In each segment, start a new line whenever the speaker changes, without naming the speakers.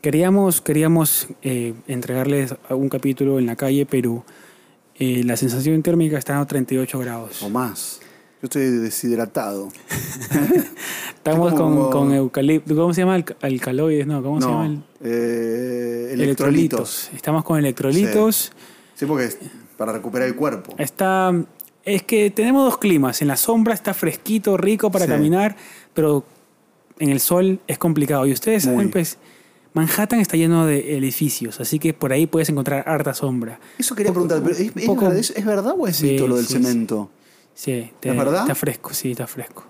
Queríamos, queríamos eh, entregarles un capítulo en la calle, pero eh, la sensación térmica está a 38 grados.
O más. Yo estoy deshidratado.
Estamos
Es
con,
como-
con eucalipto. ¿Cómo se llama? Alca- Alcaloides, ¿no? ¿Cómo se
no.
llama? el-
eh, electrolitos.
Estamos con electrolitos.
Sí, porque es para recuperar el cuerpo.
Está. Es que tenemos dos climas. En la sombra está fresquito, rico para
Sí.
caminar, pero en el sol es complicado. Y ustedes saben,
Muy.
pues, Manhattan está lleno de edificios, así que por ahí puedes encontrar harta sombra.
Eso quería preguntar, ¿pero ¿es, es
poco-
verdad, es- es verdad o es
Sí,
mito lo del
sí, sí.
cemento?
Sí, te-
¿Es verdad?
está fresco, sí, está fresco.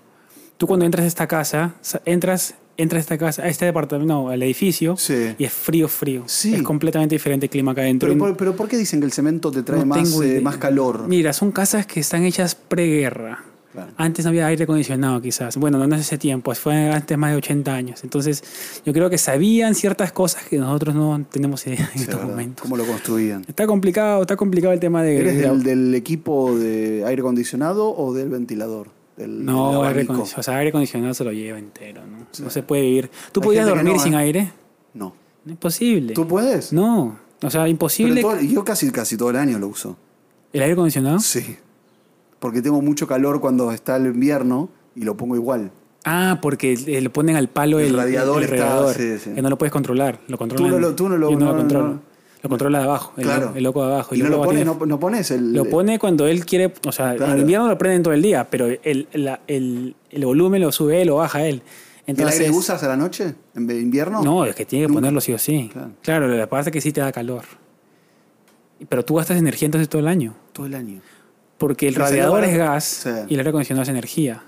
Tú cuando entras a esta casa, sa- entras, entras a esta casa, a este departamento, no, al edificio,
Sí.
y es frío, frío.
Sí.
Es completamente diferente el clima acá adentro.
Pero, por, pero ¿por qué dicen que el cemento te trae
No
más,
tengo
eh,
idea.
más calor?
Mira, son casas que están hechas preguerra.
Claro.
Antes no había aire acondicionado quizás. Bueno, no es ese tiempo, pues, fue antes más de 80 años. Entonces, yo creo que sabían ciertas cosas que nosotros no tenemos idea en
Sí, es
estos
verdad.
momentos. Este
¿Cómo lo construían?
Está complicado, está complicado el tema de...
¿Eres
de-
del, del equipo de aire acondicionado o del ventilador? Del,
no,
del
aire
abanico.
acondicionado, o sea, aire acondicionado se lo lleva entero, ¿no? No se puede vivir. ¿Tú
Hay
podías
gente que
dormir
no,
sin
¿eh?
aire?
No.
No es posible.
¿Tú puedes?
No, o sea,
Pero
imposible.
todo- yo casi, casi todo el año lo uso.
¿El aire acondicionado?
Sí. Porque tengo mucho calor cuando está el invierno y lo pongo igual.
Ah, porque eh, le ponen al palo
El
el,
radiador
el
está-
radiador,
sí, sí.
que no lo puedes controlar, lo controlan.
lo- tú no lo-
yo no,
no,
lo
no,
controlo.
no.
Lo controla de abajo, el,
claro.
el loco de abajo. el
Y no
loco
lo
va a
pones,
tener-
no, no pones el.
Lo pone cuando él quiere, o sea, en
Claro.
invierno lo prenden todo el día, pero el, la- el, el volumen lo sube él o baja él.
¿El
Entonces,
aire usas a la noche? ¿En invierno?
No, es que tiene que
Nunca.
ponerlo sí o sí. Claro.
Claro.
la parte es que sí te da calor. Pero tú gastas energía entonces todo el año,
Todo el año.
porque el
Pero salió
radiador es
barato.
gas
Sí.
y el aire acondicionado es energía.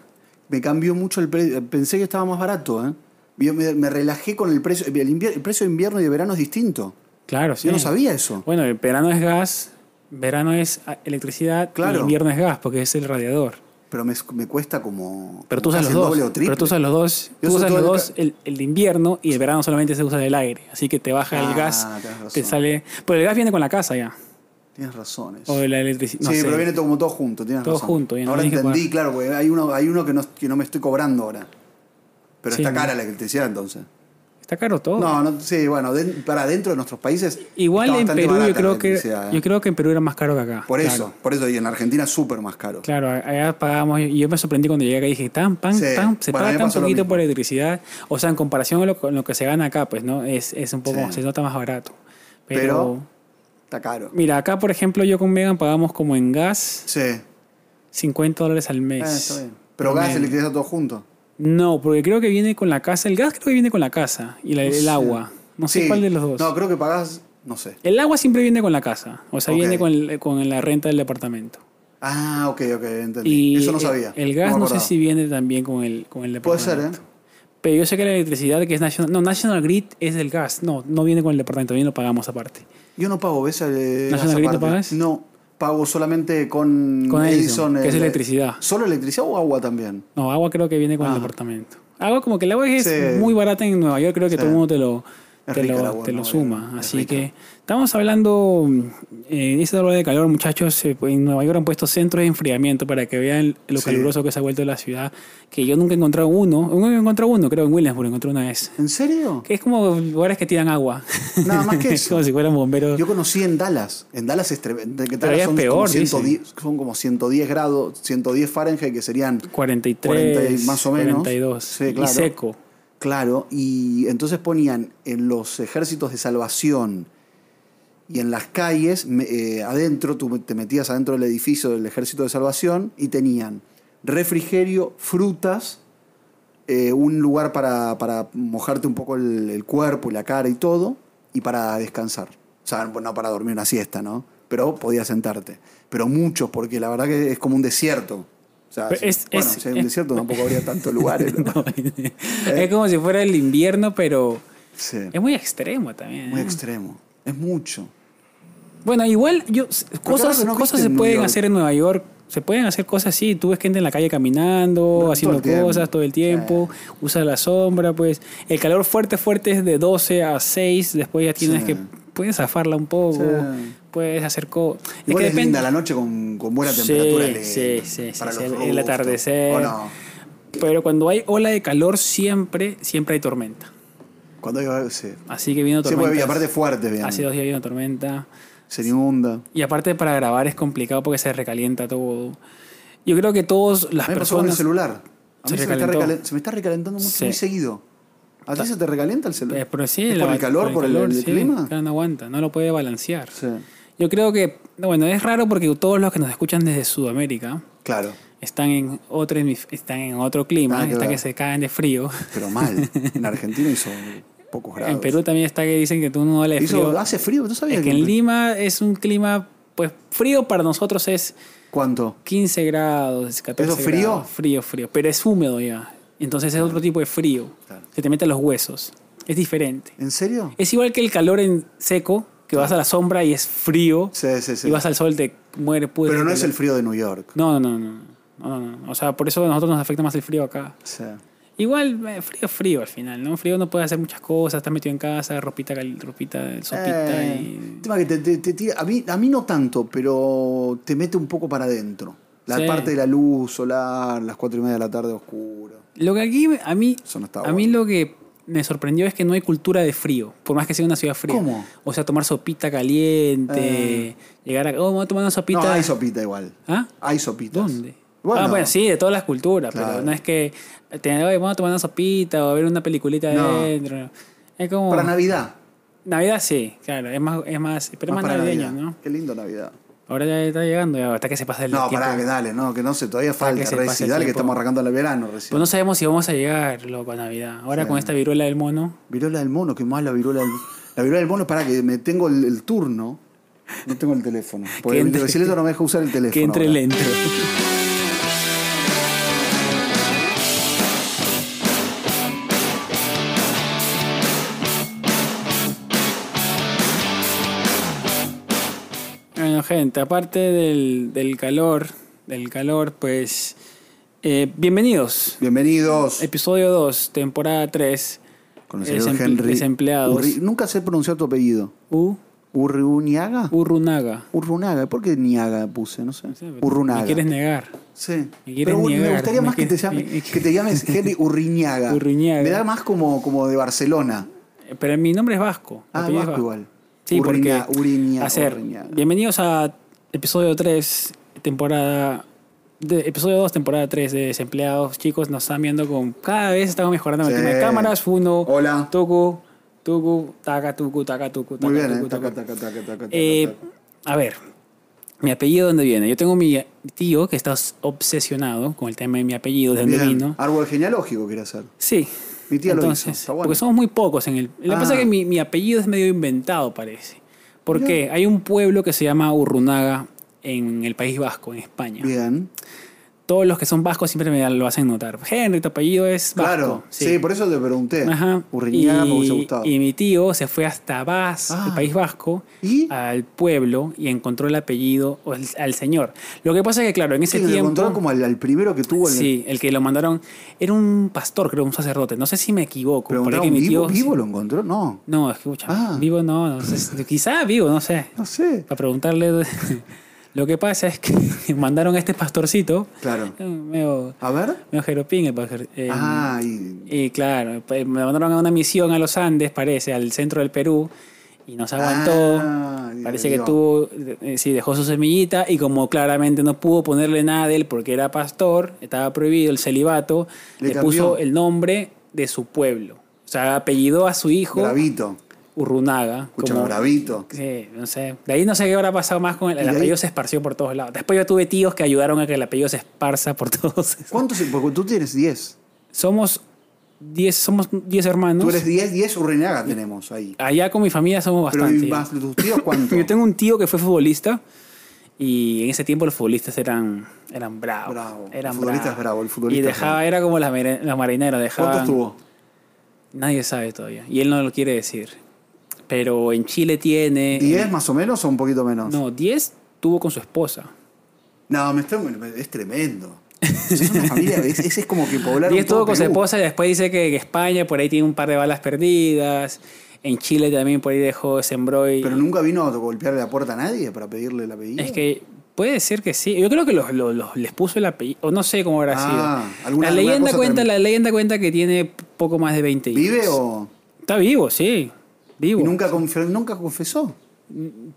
Me cambió mucho el precio. Pensé que estaba más barato, ¿eh? Yo me, me relajé con el precio. El, invier- el precio de invierno y de verano es distinto.
Claro, sí.
Yo no sabía eso.
Bueno, el verano es gas, verano es ah, electricidad,
Claro.
y invierno es gas, porque es el radiador.
Pero me, me cuesta como.
Pero tú
como
usas los
casi el
dos.
doble o triple.
Pero tú usas los dos.
Yo
tú
uso
usas
todo
los
el
dos, el, el de invierno y el verano solamente se usa el aire. Así que te baja el
Ah,
gas,
tenés
te
razón.
sale. Pero el gas viene con la casa ya.
Tienes razones.
O la electricidad.
sí, pero viene todo, como todo junto. Tienes
Todo
razón.
junto, bien,
ahora
no tenés que
entendí, claro, porque hay uno, hay uno que, no, que no me estoy cobrando ahora. Pero
Sí,
está
¿no?
cara la electricidad entonces.
Está caro todo.
No, no, sí, bueno, den- para dentro de nuestros países.
Igual
está
en
bastante
Perú yo
barata la
creo que
electricidad, ¿eh?
yo creo que en Perú era más caro que acá.
Por
Claro.
eso, por eso, y en Argentina es súper más caro.
Claro, allá pagábamos, y yo me sorprendí cuando llegué acá y dije, tan, pan,
Sí.
tan, se
Bueno, a
paga
mí me
tan
pasó lo
poquito
mismo.
por electricidad. O sea, en comparación con lo, con lo que se gana acá, pues, ¿no? Es, es un poco,
Sí.
se nota más barato. Pero,
Pero- Está caro.
mira, acá, por ejemplo, yo con Megan pagamos como en gas
Sí, eh,
50 dólares al mes.
Ah, está bien. Pero gas,
Promedio.
electricidad, todo junto.
No, porque creo que viene con la casa, el gas creo que viene con la casa y la- el
Sí.
agua. No sé
Sí.
cuál de los dos.
No, creo que pagás, no sé.
El agua siempre viene con la casa, o sea,
Ok.
viene con, el- con la renta del departamento.
Ah, ok, ok, entendí.
Y
Eso no
el-
sabía.
El gas no,
me
sé
acordaba.
si viene también con el, con el
Puede
departamento.
ser, ¿eh?
Pero yo sé que la electricidad que es National... No, National Grid es el gas. No, no viene con el departamento, también lo pagamos aparte.
Yo no pago, ¿ves? El,
¿National
esa
Grid no
parte?
pagas?
No, pago solamente con,
Con Edison, que es
el-
electricidad.
¿Solo electricidad o agua también?
No, agua creo que viene con el
Ah.
departamento. Agua como que el agua es
Sí.
muy barata en Nueva York, creo que
Sí.
todo el mundo te lo,
Es
te
rica
lo,
el agua,
te lo
¿no?
suma.
Es
Así
rica.
que estamos hablando, eh, en esta hora de calor muchachos, eh, en Nueva York han puesto centros de enfriamiento para que vean lo
Sí.
caluroso que se ha vuelto la ciudad, que yo nunca he encontrado uno, nunca he encontrado uno, creo en Williamsburg encontré una vez.
¿En serio?
Que es como lugares que tiran agua.
Nada más que
Es como
eso.
si fueran bomberos.
Yo conocí en Dallas. En Dallas es tremendo. que Dallas
allá es
son,
peor,
como
dicen.
110, son como 110 grados, 110 Fahrenheit, que serían
43,
40 y más o menos.
42.
Sí,
Y
claro.
seco.
Claro, y entonces ponían en los ejércitos de salvación y en las calles, me- eh, adentro, tú te metías adentro del edificio del ejército de salvación y tenían refrigerio, frutas, eh, un lugar para, para mojarte un poco el, el cuerpo y la cara y todo, y para descansar. O sea, no para dormir una siesta, ¿no? Pero podías sentarte. Pero muchos, porque la verdad que es como un desierto. O sea,
Pero
si-
es-
bueno,
es-
si hay un
es-
desierto tampoco habría tantos lugares. ¿no?
No,
Eh.
es como si fuera el invierno, pero
Sí.
es muy extremo también.
Muy
¿eh?
extremo. Es mucho.
Bueno, igual yo s- cosas,
ahora no
cosas
viste
se
en
pueden
Nueva York.
hacer en Nueva York. Se pueden hacer cosas así. Tú ves gente en la calle caminando,
No,
haciendo
todo el
cosas
tiempo.
todo el tiempo. Usa la sombra, pues. El calor fuerte, fuerte es de 12 a 6. Después ya tienes
Sí.
que... Puedes zafarla un poco.
Sí.
Puedes hacer cosas.
Igual es, linda la noche con, con buena temperatura.
Sí,
es
sí,
linda
sí, sí,
para
sí,
los
el- el
robustos.
atardecer.
¿O no?
Pero cuando hay ola de calor siempre, siempre hay tormenta.
Cuando iba, sí.
Así que vino
Sí, porque
tormenta.
había- aparte fuerte, bien.
Hace dos días vino tormenta.
Se inunda.
Y aparte para grabar es complicado porque se recalienta todo. Yo creo que todas las
A mí me pasó con el
personas...
celular. A
Se
mí se, me, está
recalentó.
recalen- se me está recalentando mucho,
Sí.
muy seguido. ¿A ti
Ta-
se te recalienta el celular?
Eh, pero sí,
¿Es
la-
por el calor, por el, el
sí,
clima?
claro, no aguanta, no lo puede balancear.
Sí,
Yo creo que, bueno, es raro porque todos los que nos escuchan desde Sudamérica
claro.
están en otro, hemis- están en otro clima,
Ah,
están
claro.
que se caen de frío.
Pero mal. en Argentina hizo pocos grados.
En Perú también está que dicen que tú no le
hizo,
frío.
hace frío, ¿tú sabías?
Es que en Lima es un clima, pues frío para nosotros es
¿Cuánto?
15 grados, 14
¿Eso frío?
grados, Frío, frío. Pero es húmedo ya. Entonces es otro tipo de frío.
Claro.
Se te mete a los huesos. Es diferente.
¿En serio?
Es igual que el calor en seco, que vas a la sombra y es frío.
Sí, sí, sí.
Y vas al sol, te muere pudre.
Pero no
te-
es el frío de New York.
No, no, no, no, no, no. O sea, por eso a nosotros nos afecta más el frío acá.
Sí.
Igual, eh, frío, frío al final, ¿no? Frío no puede hacer muchas cosas, estás metido en casa, ropita, cal- ropita, sopita
Eh,
y...
tema que te- te- te tira- a, mí, a mí no tanto, pero te mete un poco para adentro. La
Sí.
parte de la luz solar, las cuatro y media de la tarde oscuro.
Lo que aquí a mí,
Eso no está
a
bueno.
mí lo que me sorprendió es que no hay cultura de frío, por más que sea una ciudad fría.
¿Cómo? Eh.
O sea, tomar sopita caliente, llegar a... Oh, vamos a tomar una sopita...
No, hay sopita igual.
¿Ah?
Hay sopitas.
¿Dónde?
Bueno,
ah, bueno, sí, de todas las culturas,
Claro.
pero no es que te "Oye, vamos a tomar una sopita o a ver una peliculita
No.
adentro. Es como...
Para Navidad.
Navidad sí, claro, es más, es más, pero es más
para
navideño,
Navidad.
¿no?
Qué lindo Navidad.
Ahora ya está llegando, ya, hasta que se pase el
No,
tiempo.
pará, que dale, no, que no sé, todavía falta.
se pase
Reci,
el
dale, que
tiempo.
estamos arrancando el verano recién.
Pues no sabemos si vamos a llegar, loco, a Navidad. Ahora con esta viruela del mono.
Viruela del mono, que más la viruela del La viruela del mono, para que me tengo el, el turno. No tengo el teléfono. Porque
Que
el
entre-
brasileño no me deja usar el teléfono.
Que entre
ahora.
lento. Bueno, gente, aparte del, del calor, del calor, pues. eh, bienvenidos.
Bienvenidos.
Episodio 2, temporada 3.
Con el señor
Eh, desempl-
Henry.
desempleados.
Urri- nunca sé pronunciar tu apellido.
U,
¿Urruñaga?
Urrunaga.
Urrunaga. ¿Por qué Niaga puse? No sé.
No sé,
Urrunaga.
Me quieres negar.
Sí.
Me quieres
Pero me
niegar,
gustaría
me
más que te,
quieres-
llame-
me-
que te llames Henry Urriñaga.
Urruñaga.
Me da más como, como de Barcelona.
Eh, Pero mi nombre es vasco.
Ah,
apellido es
vasco igual.
Sí,
Urriña-
porque
Uriña-
hacer.
Urriñaga.
Bienvenidos a episodio 3, temporada. de- episodio 2, temporada 3 de Desempleados. Chicos, nos están viendo con. Cada vez estamos mejorando el
Sí.
tema de cámaras. Uno,
Hola.
Tuku, Tuku, Taca, Tuku, Taca, Tuku, Taca,
Muy bien,
tucu,
¿eh? Taca,
taca.
taca, taca, taca, taca,
Eh,
taca.
a ver, mi apellido, ¿dónde viene? Yo tengo mi tío que está obsesionado con el tema de mi apellido, de dónde
Bien. Ah.
vino.
Árbol genealógico quiere hacer.
Sí.
Mi tía lo
Entonces,
hizo, está bueno.
Porque somos muy pocos en el. Lo que
Ah.
pasa es que mi, mi apellido es medio inventado, parece. Porque hay un pueblo que se llama Urrunaga en el País Vasco, en España.
Bien.
Todos los que son vascos siempre me lo hacen notar. Henry, tu apellido es vasco.
Claro. Sí. por eso te pregunté.
Ajá.
Urriñaga me hubiese
Y-
gustado.
Y mi tío se fue hasta Vaz,
Ah.
el País Vasco,
¿Y?
al pueblo y encontró el apellido o el- al señor. Lo que pasa es que, claro, en ese
Sí, que le
tiempo.
encontró como al, al primero que tuvo el.
Sí, el que lo mandaron era un pastor, creo, un sacerdote. No sé si me equivoco. por ahí
Preguntaron,
que mi
¿vivo,
tío-
vivo lo encontró? No.
No, escucha.
Ah.
Vivo no, no sé, quizá vivo, no sé.
No sé.
Para preguntarle. Lo que pasa es que mandaron a este pastorcito.
Claro.
eh, Medio,
A ver.
medio jeropín el pastor. eh,
Ah, y.
Y claro, pues, me mandaron a una misión a los Andes, parece, al centro del Perú. Y nos aguantó.
Ah, y
parece
le
que
dio.
tuvo. eh, sí, dejó su semillita. Y como claramente no pudo ponerle nada de él porque era pastor, estaba prohibido el celibato,
Le
le, puso
cambió.
el nombre de su pueblo. O sea, apellidó a su hijo.
Bravito.
Urrunaga.
Escucha,
como-
bravito.
Sí, no sé. De ahí no sé qué habrá pasado más con el, el
Y de ahí-
apellido se esparció por todos lados. Después yo tuve tíos que ayudaron a que el apellido se esparza por todos.
¿Cuántos? Porque tú tienes 10.
somos 10 somos 10 hermanos.
Tú eres 10, 10 Urriñaga tenemos ahí.
Allá con mi familia somos
Pero
bastante.
¿y más tus tíos cuántos?
Yo tengo un tío que fue futbolista y en ese tiempo los futbolistas eran eran bravos.
Bravo. El
Eran
futbolista es
bravos.
bravo, el futbolista
y
es
dejaba era como las mere- los marineros dejaban.
¿Cuántos tuvo?
Nadie sabe todavía y él no lo quiere decir. Pero en Chile tiene
¿10 más o menos o un poquito menos?
Eh, No, 10 tuvo con su esposa.
No, me estoy- me- es tremendo. Es una familia, es, es- es como que poblaron
Diez tuvo con su
Perú.
esposa y después dice que, que España por ahí tiene un par de balas perdidas. En Chile también por ahí dejó, sembró y...
Pero nunca vino a golpearle la puerta a nadie para pedirle el apellido.
Es que puede ser que sí. Yo creo que los, los- los- les puso el apellido. O no sé cómo habrá
Ah,
sido.
alguna- alguna
la, leyenda
cosa
cuenta,
tremenda.
la leyenda cuenta que tiene poco más de 20 hijos.
¿Vive o...?
Está vivo, sí. Vivo.
Y nunca, confe- nunca confesó.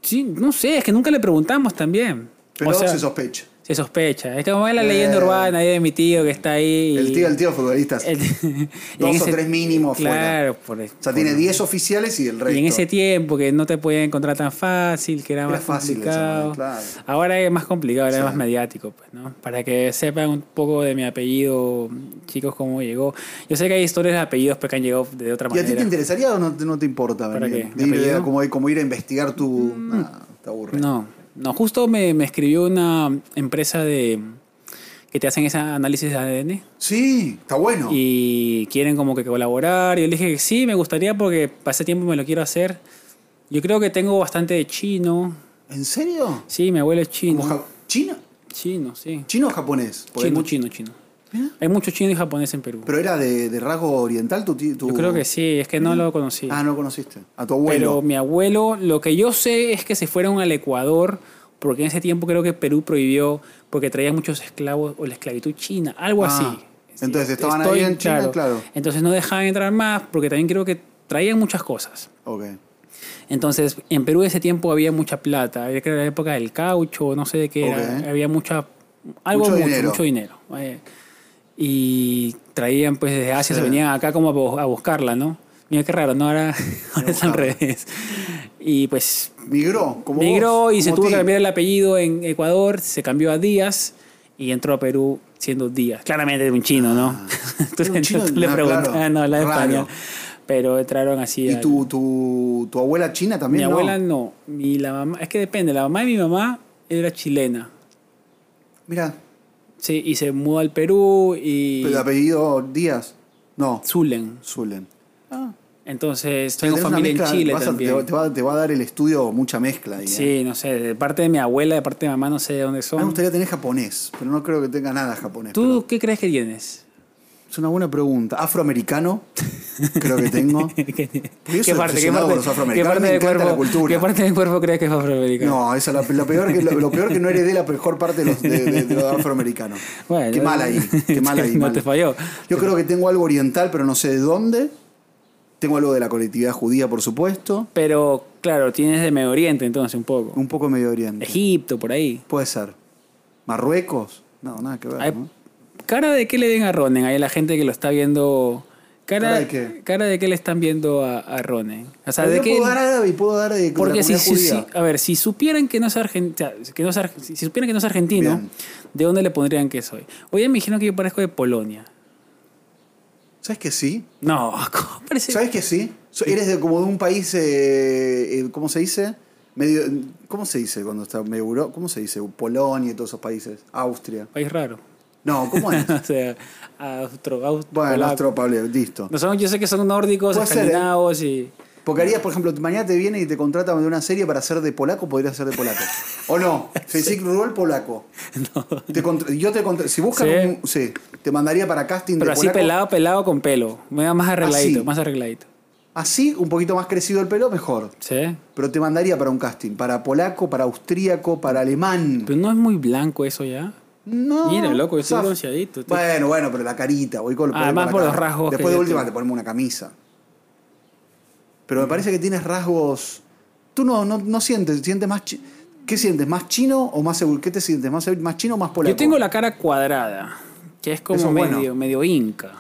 Sí, no sé, es que nunca le preguntamos también.
Pero
o sea,
se sospecha.
se sospecha. Es como es la leyenda
Eh.
urbana ahí de mi tío que está ahí. y-
El tío, el tío futbolista.
El- y
Dos
en
o tres mínimo fuera.
Claro, por O
O sea, tiene 10 oficiales y el resto.
Y en ese tiempo que no te podían encontrar tan fácil, que era,
Era
más
fácil de
complicado.
llamar, claro.
Ahora es más complicado, ahora
Sí.
es más mediático, pues, ¿no? Para que sepan un poco de mi apellido, chicos, cómo llegó. Yo sé que hay historias de apellidos pues, que han llegado de otra
¿Y
manera.
a ti te interesaría o no, te- no te importa?
¿Para
venir?
qué? ¿Mi
Ir,
apellido? Mm.
eh, como, como ir a investigar tu... Nah, te aburre.
No, no, justo me, me escribió una empresa de que te hacen ese análisis de ADN
Sí, está bueno.
y quieren como que colaborar. Y yo le dije que sí, me gustaría porque pasé tiempo me lo quiero hacer. Yo creo que tengo bastante de chino.
¿En serio?
Sí, mi abuelo es
Como
chino.
ja- ¿Chino?
Chino, sí.
¿Chino o japonés? Porque
Chino,
mu-
Pues chino, chino.
Mira.
Hay mucho chino y japonés en Perú.
¿Pero era de, de rasgo oriental tu, ti- tu-
Yo creo que sí, es que no lo conocí.
Ah, no conociste. A
Pero
tu abuelo.
mi abuelo, lo que yo sé es que se fueron al Ecuador, porque en ese tiempo creo que Perú prohibió, porque traía muchos esclavos, o la esclavitud china, algo
Ah,
así.
entonces estaban ahí en China, claro.
Entonces no dejaban entrar más, porque también creo que traían muchas cosas.
Ok.
Entonces, en Perú en ese tiempo había mucha plata, había que era la época del caucho, no sé de qué era,
Ok.
había mucha algo
Mucho
mucho mucho
dinero.
dinero. eh. y traían pues desde Asia, se
Sí.
venían acá como a bu- a buscarla, ¿no? Mira qué raro, ¿no? Ahora, ahora es al
buscarla.
revés. Y pues
Migró, como
migró
vos,
y se
como
tuvo que
ti.
cambiar el apellido en Ecuador, se cambió a Díaz y entró a Perú siendo Díaz. Claramente era un chino, ¿no? Entonces
Ah. era un chino,
tú le
ah,
preguntas,
claro,
ah, no, la de
raro.
español. Pero entraron así.
¿Y
al-
tu, tu, tu abuela china
mi
también? no?
abuela no. Mi, la mamá, es que depende. La mamá de mi mamá era chilena.
Mira,
Sí, y se mudó al Perú y.
el apellido Díaz. No,
Zulen.
Zulen.
Entonces,
Tenés
tengo
una
familia en
mezcla,
Chile
vas a-
también.
te, va, te va- te va a dar el estudio mucha mezcla. ahí, eh.
Sí, no sé. De parte de mi abuela, de parte de mamá, no sé de dónde
A mí me
son.
gustaría tener japonés, pero no creo que tenga nada japonés.
¿Tú qué crees que tienes?
pero Es una buena pregunta. Afroamericano, creo que tengo. yo soy obsesionado con los afroamericanos, me
del
encanta
cuerpo,
la cultura.
¿Qué parte del cuerpo crees que es afroamericano?
No, eso es la- lo peor que, lo, lo peor que no heredé la mejor parte de los, de- de- de los afroamericanos.
Bueno,
qué mal ahí, qué mal ahí.
no
mal.
te falló.
Yo creo que tengo algo oriental, pero no sé de dónde. Tengo algo de la colectividad judía, por supuesto.
Pero, claro, tienes de Medio Oriente entonces un poco.
Un poco Medio Oriente.
Egipto, por ahí.
Puede ser. Marruecos. No, nada que ver.
Ay,
¿no?
¿Cara de qué le den a Ronen? Ahí la gente que lo está viendo. ¿Cara,
¿Cara
¿Cara
de
de
qué?
qué? le están viendo a, a Ronen? O sea,
Pero
¿de
yo
qué?
puedo dar árabe y puedo dar de la
Porque si,
comunidad
si-
judía.
si- a ver, si supieran que no es argentino, que no es ar- si supieran que no es argentino,
Bien.
¿de dónde le pondrían que soy? Hoy me dijeron que yo parezco de Polonia.
¿Sabes que sí?
No, ¿cómo parece?
¿Sabes que sí? So- Eres de, como de un país, eh, eh, ¿cómo se dice? Medio, ¿Cómo se dice cuando está medio Euro? ¿Cómo se dice? Polonia y todos esos países. Austria.
País raro.
No, ¿cómo es?
o sea, austro, austro,
bueno,
polaco.
Austro, Pablo, listo.
No son- yo sé que son nórdicos,
Puede ser, ¿eh?
escandinavos y.
Porque harías, por ejemplo, mañana te viene y te contratan de una serie para ser de polaco, podrías ser de polaco. ¿O no? Fensic Rubel polaco. Te contra- yo te contra- si buscan
Sí.
un... Sí, te mandaría para casting
Pero
de
así
polaco. Ah,
pelado, pelado con pelo. Me da más arregladito,
Así.
más arregladito.
Así, un poquito más crecido el pelo, mejor.
¿Sí?
Pero te mandaría para un casting. Para polaco, para austríaco, para alemán.
Pero no es muy blanco eso ya.
No.
Mira, loco, yo estoy
Zaf-
bronceadito, estoy-
Bueno, bueno, pero la carita. Voy con
Ah, más
la
por los
cara.
rasgos
Después
que
de
yo
última
tengo.
te ponemos una camisa. Pero me parece que tienes rasgos. Tú no, no, no sientes, sientes más. chi- ¿Qué sientes? ¿Más chino o más seguro? ¿Qué te sientes? ¿Más, eu- más chino o más polaco?
Yo tengo la cara cuadrada, que es como
Eso es bueno.
medio, medio inca.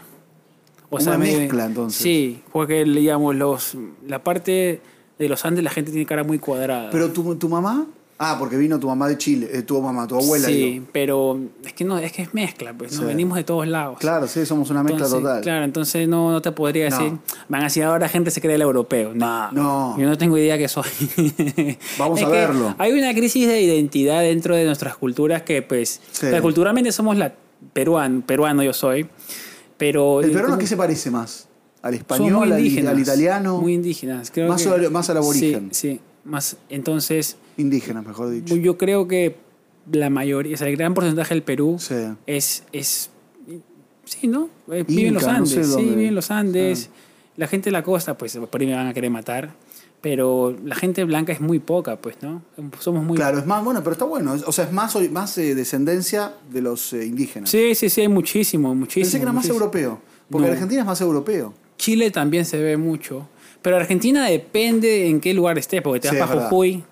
O
Una mezcla, entonces.
Sí, porque digamos, los, la parte de los Andes la gente tiene cara muy cuadrada.
Pero tu, tu mamá. Ah, porque vino tu mamá de Chile. eh, tu mamá, tu abuela.
Sí,
digo.
pero es que no, es que es mezcla, pues
Sí.
nos venimos de todos lados.
Claro, sí, somos una mezcla
Entonces,
total.
Claro, entonces no, no te podría
No.
decir, van a decir ahora gente se cree el europeo. No,
No.
Yo no tengo idea que soy.
Vamos
Es
a
que
verlo.
Hay una crisis de identidad dentro de nuestras culturas que, pues,
Sí.
o sea, culturalmente somos la peruano, peruano yo soy, pero
¿El peruano a
como-
qué se parece más?
somos
¿Al
muy
español? al- Al,
indígenas,
italiano?
Muy indígenas, creo
Más
que-
al- más al aborigen.
Sí, sí, más. Entonces,
Indígenas, mejor dicho.
yo creo que la mayoría, o sea, el gran porcentaje del Perú
Sí.
es, es sí, ¿no? Eh, vive en los
Inca, no
Andes,
sé
sí,
dónde. Ah.
vive en los Andes. La gente de la costa, pues por ahí me van a querer matar, pero la gente blanca es muy poca, pues, ¿no? Somos muy...
Claro, es más bueno, pero está bueno. O sea, es más, más eh, descendencia de los eh, indígenas.
Sí, sí, sí, hay muchísimo, muchísimo.
Pensé que era más
muchísimo.
europeo, porque
No.
Argentina es más europeo.
Chile también se ve mucho. Pero Argentina depende en qué lugar estés, porque te vas
Sí, es
para
verdad.
Jujuy,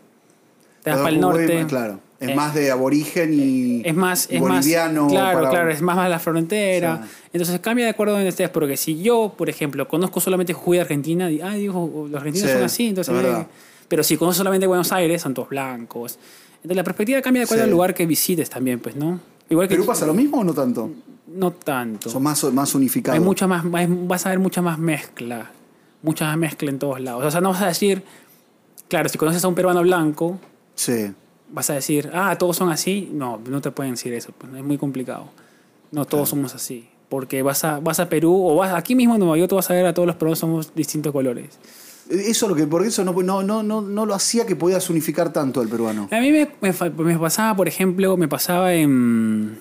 te vas para el
Paraguay,
norte.
Claro. Es
Eh,
más de aborigen y
Es más, es más.
boliviano.
Claro,
para-
claro, es más a la frontera.
Sí.
Entonces cambia de acuerdo a donde estés, porque si yo, por ejemplo, conozco solamente Jujuy de Argentina, di- ah, digo, los argentinos
Sí,
son así, entonces.
es
mira
verdad.
que- Pero si conozco solamente Buenos Aires, son todos blancos. Entonces la perspectiva cambia de acuerdo
Sí.
al lugar que visites también, pues, ¿no? Igual que
¿Perú pasa lo mismo o no tanto?
no tanto.
Son más, más unificados.
Hay mucha más, hay- vas a ver mucha más mezcla, mucha más mezcla en todos lados. O sea, no vas a decir, claro, si conoces a un peruano blanco,
Sí.
vas a decir, ah, todos son así. No, no te pueden decir eso, pues, es muy complicado. No, todos somos así. Porque vas a, vas a Perú o vas aquí mismo en Nueva York, tú vas a ver a todos los peruanos somos distintos colores.
Eso lo que, porque eso no, no, no, no, no lo hacía que podías unificar tanto al peruano.
A mí me, me fa- me pasaba, por ejemplo, me pasaba en,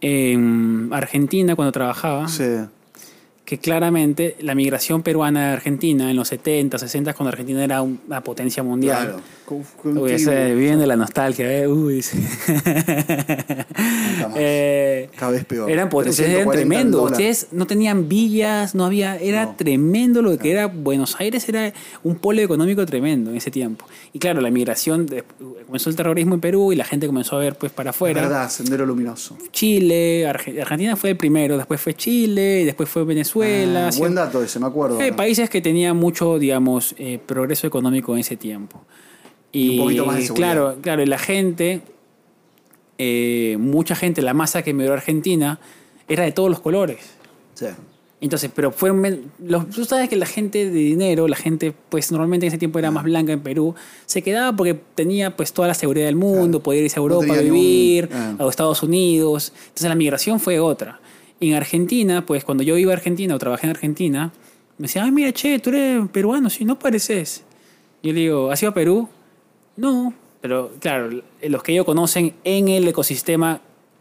en Argentina cuando trabajaba.
Sí.
que claramente la migración peruana de Argentina en los 70, 60, cuando Argentina era un- una potencia mundial.
Claro. Con- con-
Uy, ese viene de la nostalgia, ¿eh? Uy, sí.
Nunca más.
Eh,
Cada vez peor.
eran potencias, eran
340
tremendo.
dólares.
Ustedes no tenían villas, no había. Era
No.
tremendo lo que era. Buenos Aires era un polo económico tremendo en ese tiempo. Y claro, la migración. de- comenzó el terrorismo en Perú y la gente comenzó a ver pues para afuera.
Verdad, sendero luminoso.
Chile, Arge- Argentina fue el primero, después fue Chile, y después fue Venezuela.
Ah,
así-
buen dato ese, me acuerdo.
eh,
ahora.
países que tenían mucho, digamos, eh, progreso económico en ese tiempo. Y,
un poquito más de seguridad.
Claro, claro, y la gente, eh, mucha gente, la masa que migró a Argentina, era de todos los colores.
Sí.
Entonces, pero fueron. men- Los, tú sabes que la gente de dinero, la gente, pues normalmente en ese tiempo era más blanca en Perú, se quedaba porque tenía pues toda la seguridad del mundo,
Claro.
podía irse a
No
Europa a
tenía
vivir,
ningún-
a Estados Unidos. Entonces la migración fue otra. Y en Argentina, pues cuando yo iba a Argentina o trabajé en Argentina, me decían, ay, mira, che, tú eres peruano, sí, no pareces. Yo le digo, ¿has ido a Perú? No, pero claro, los que ellos conocen en el ecosistema,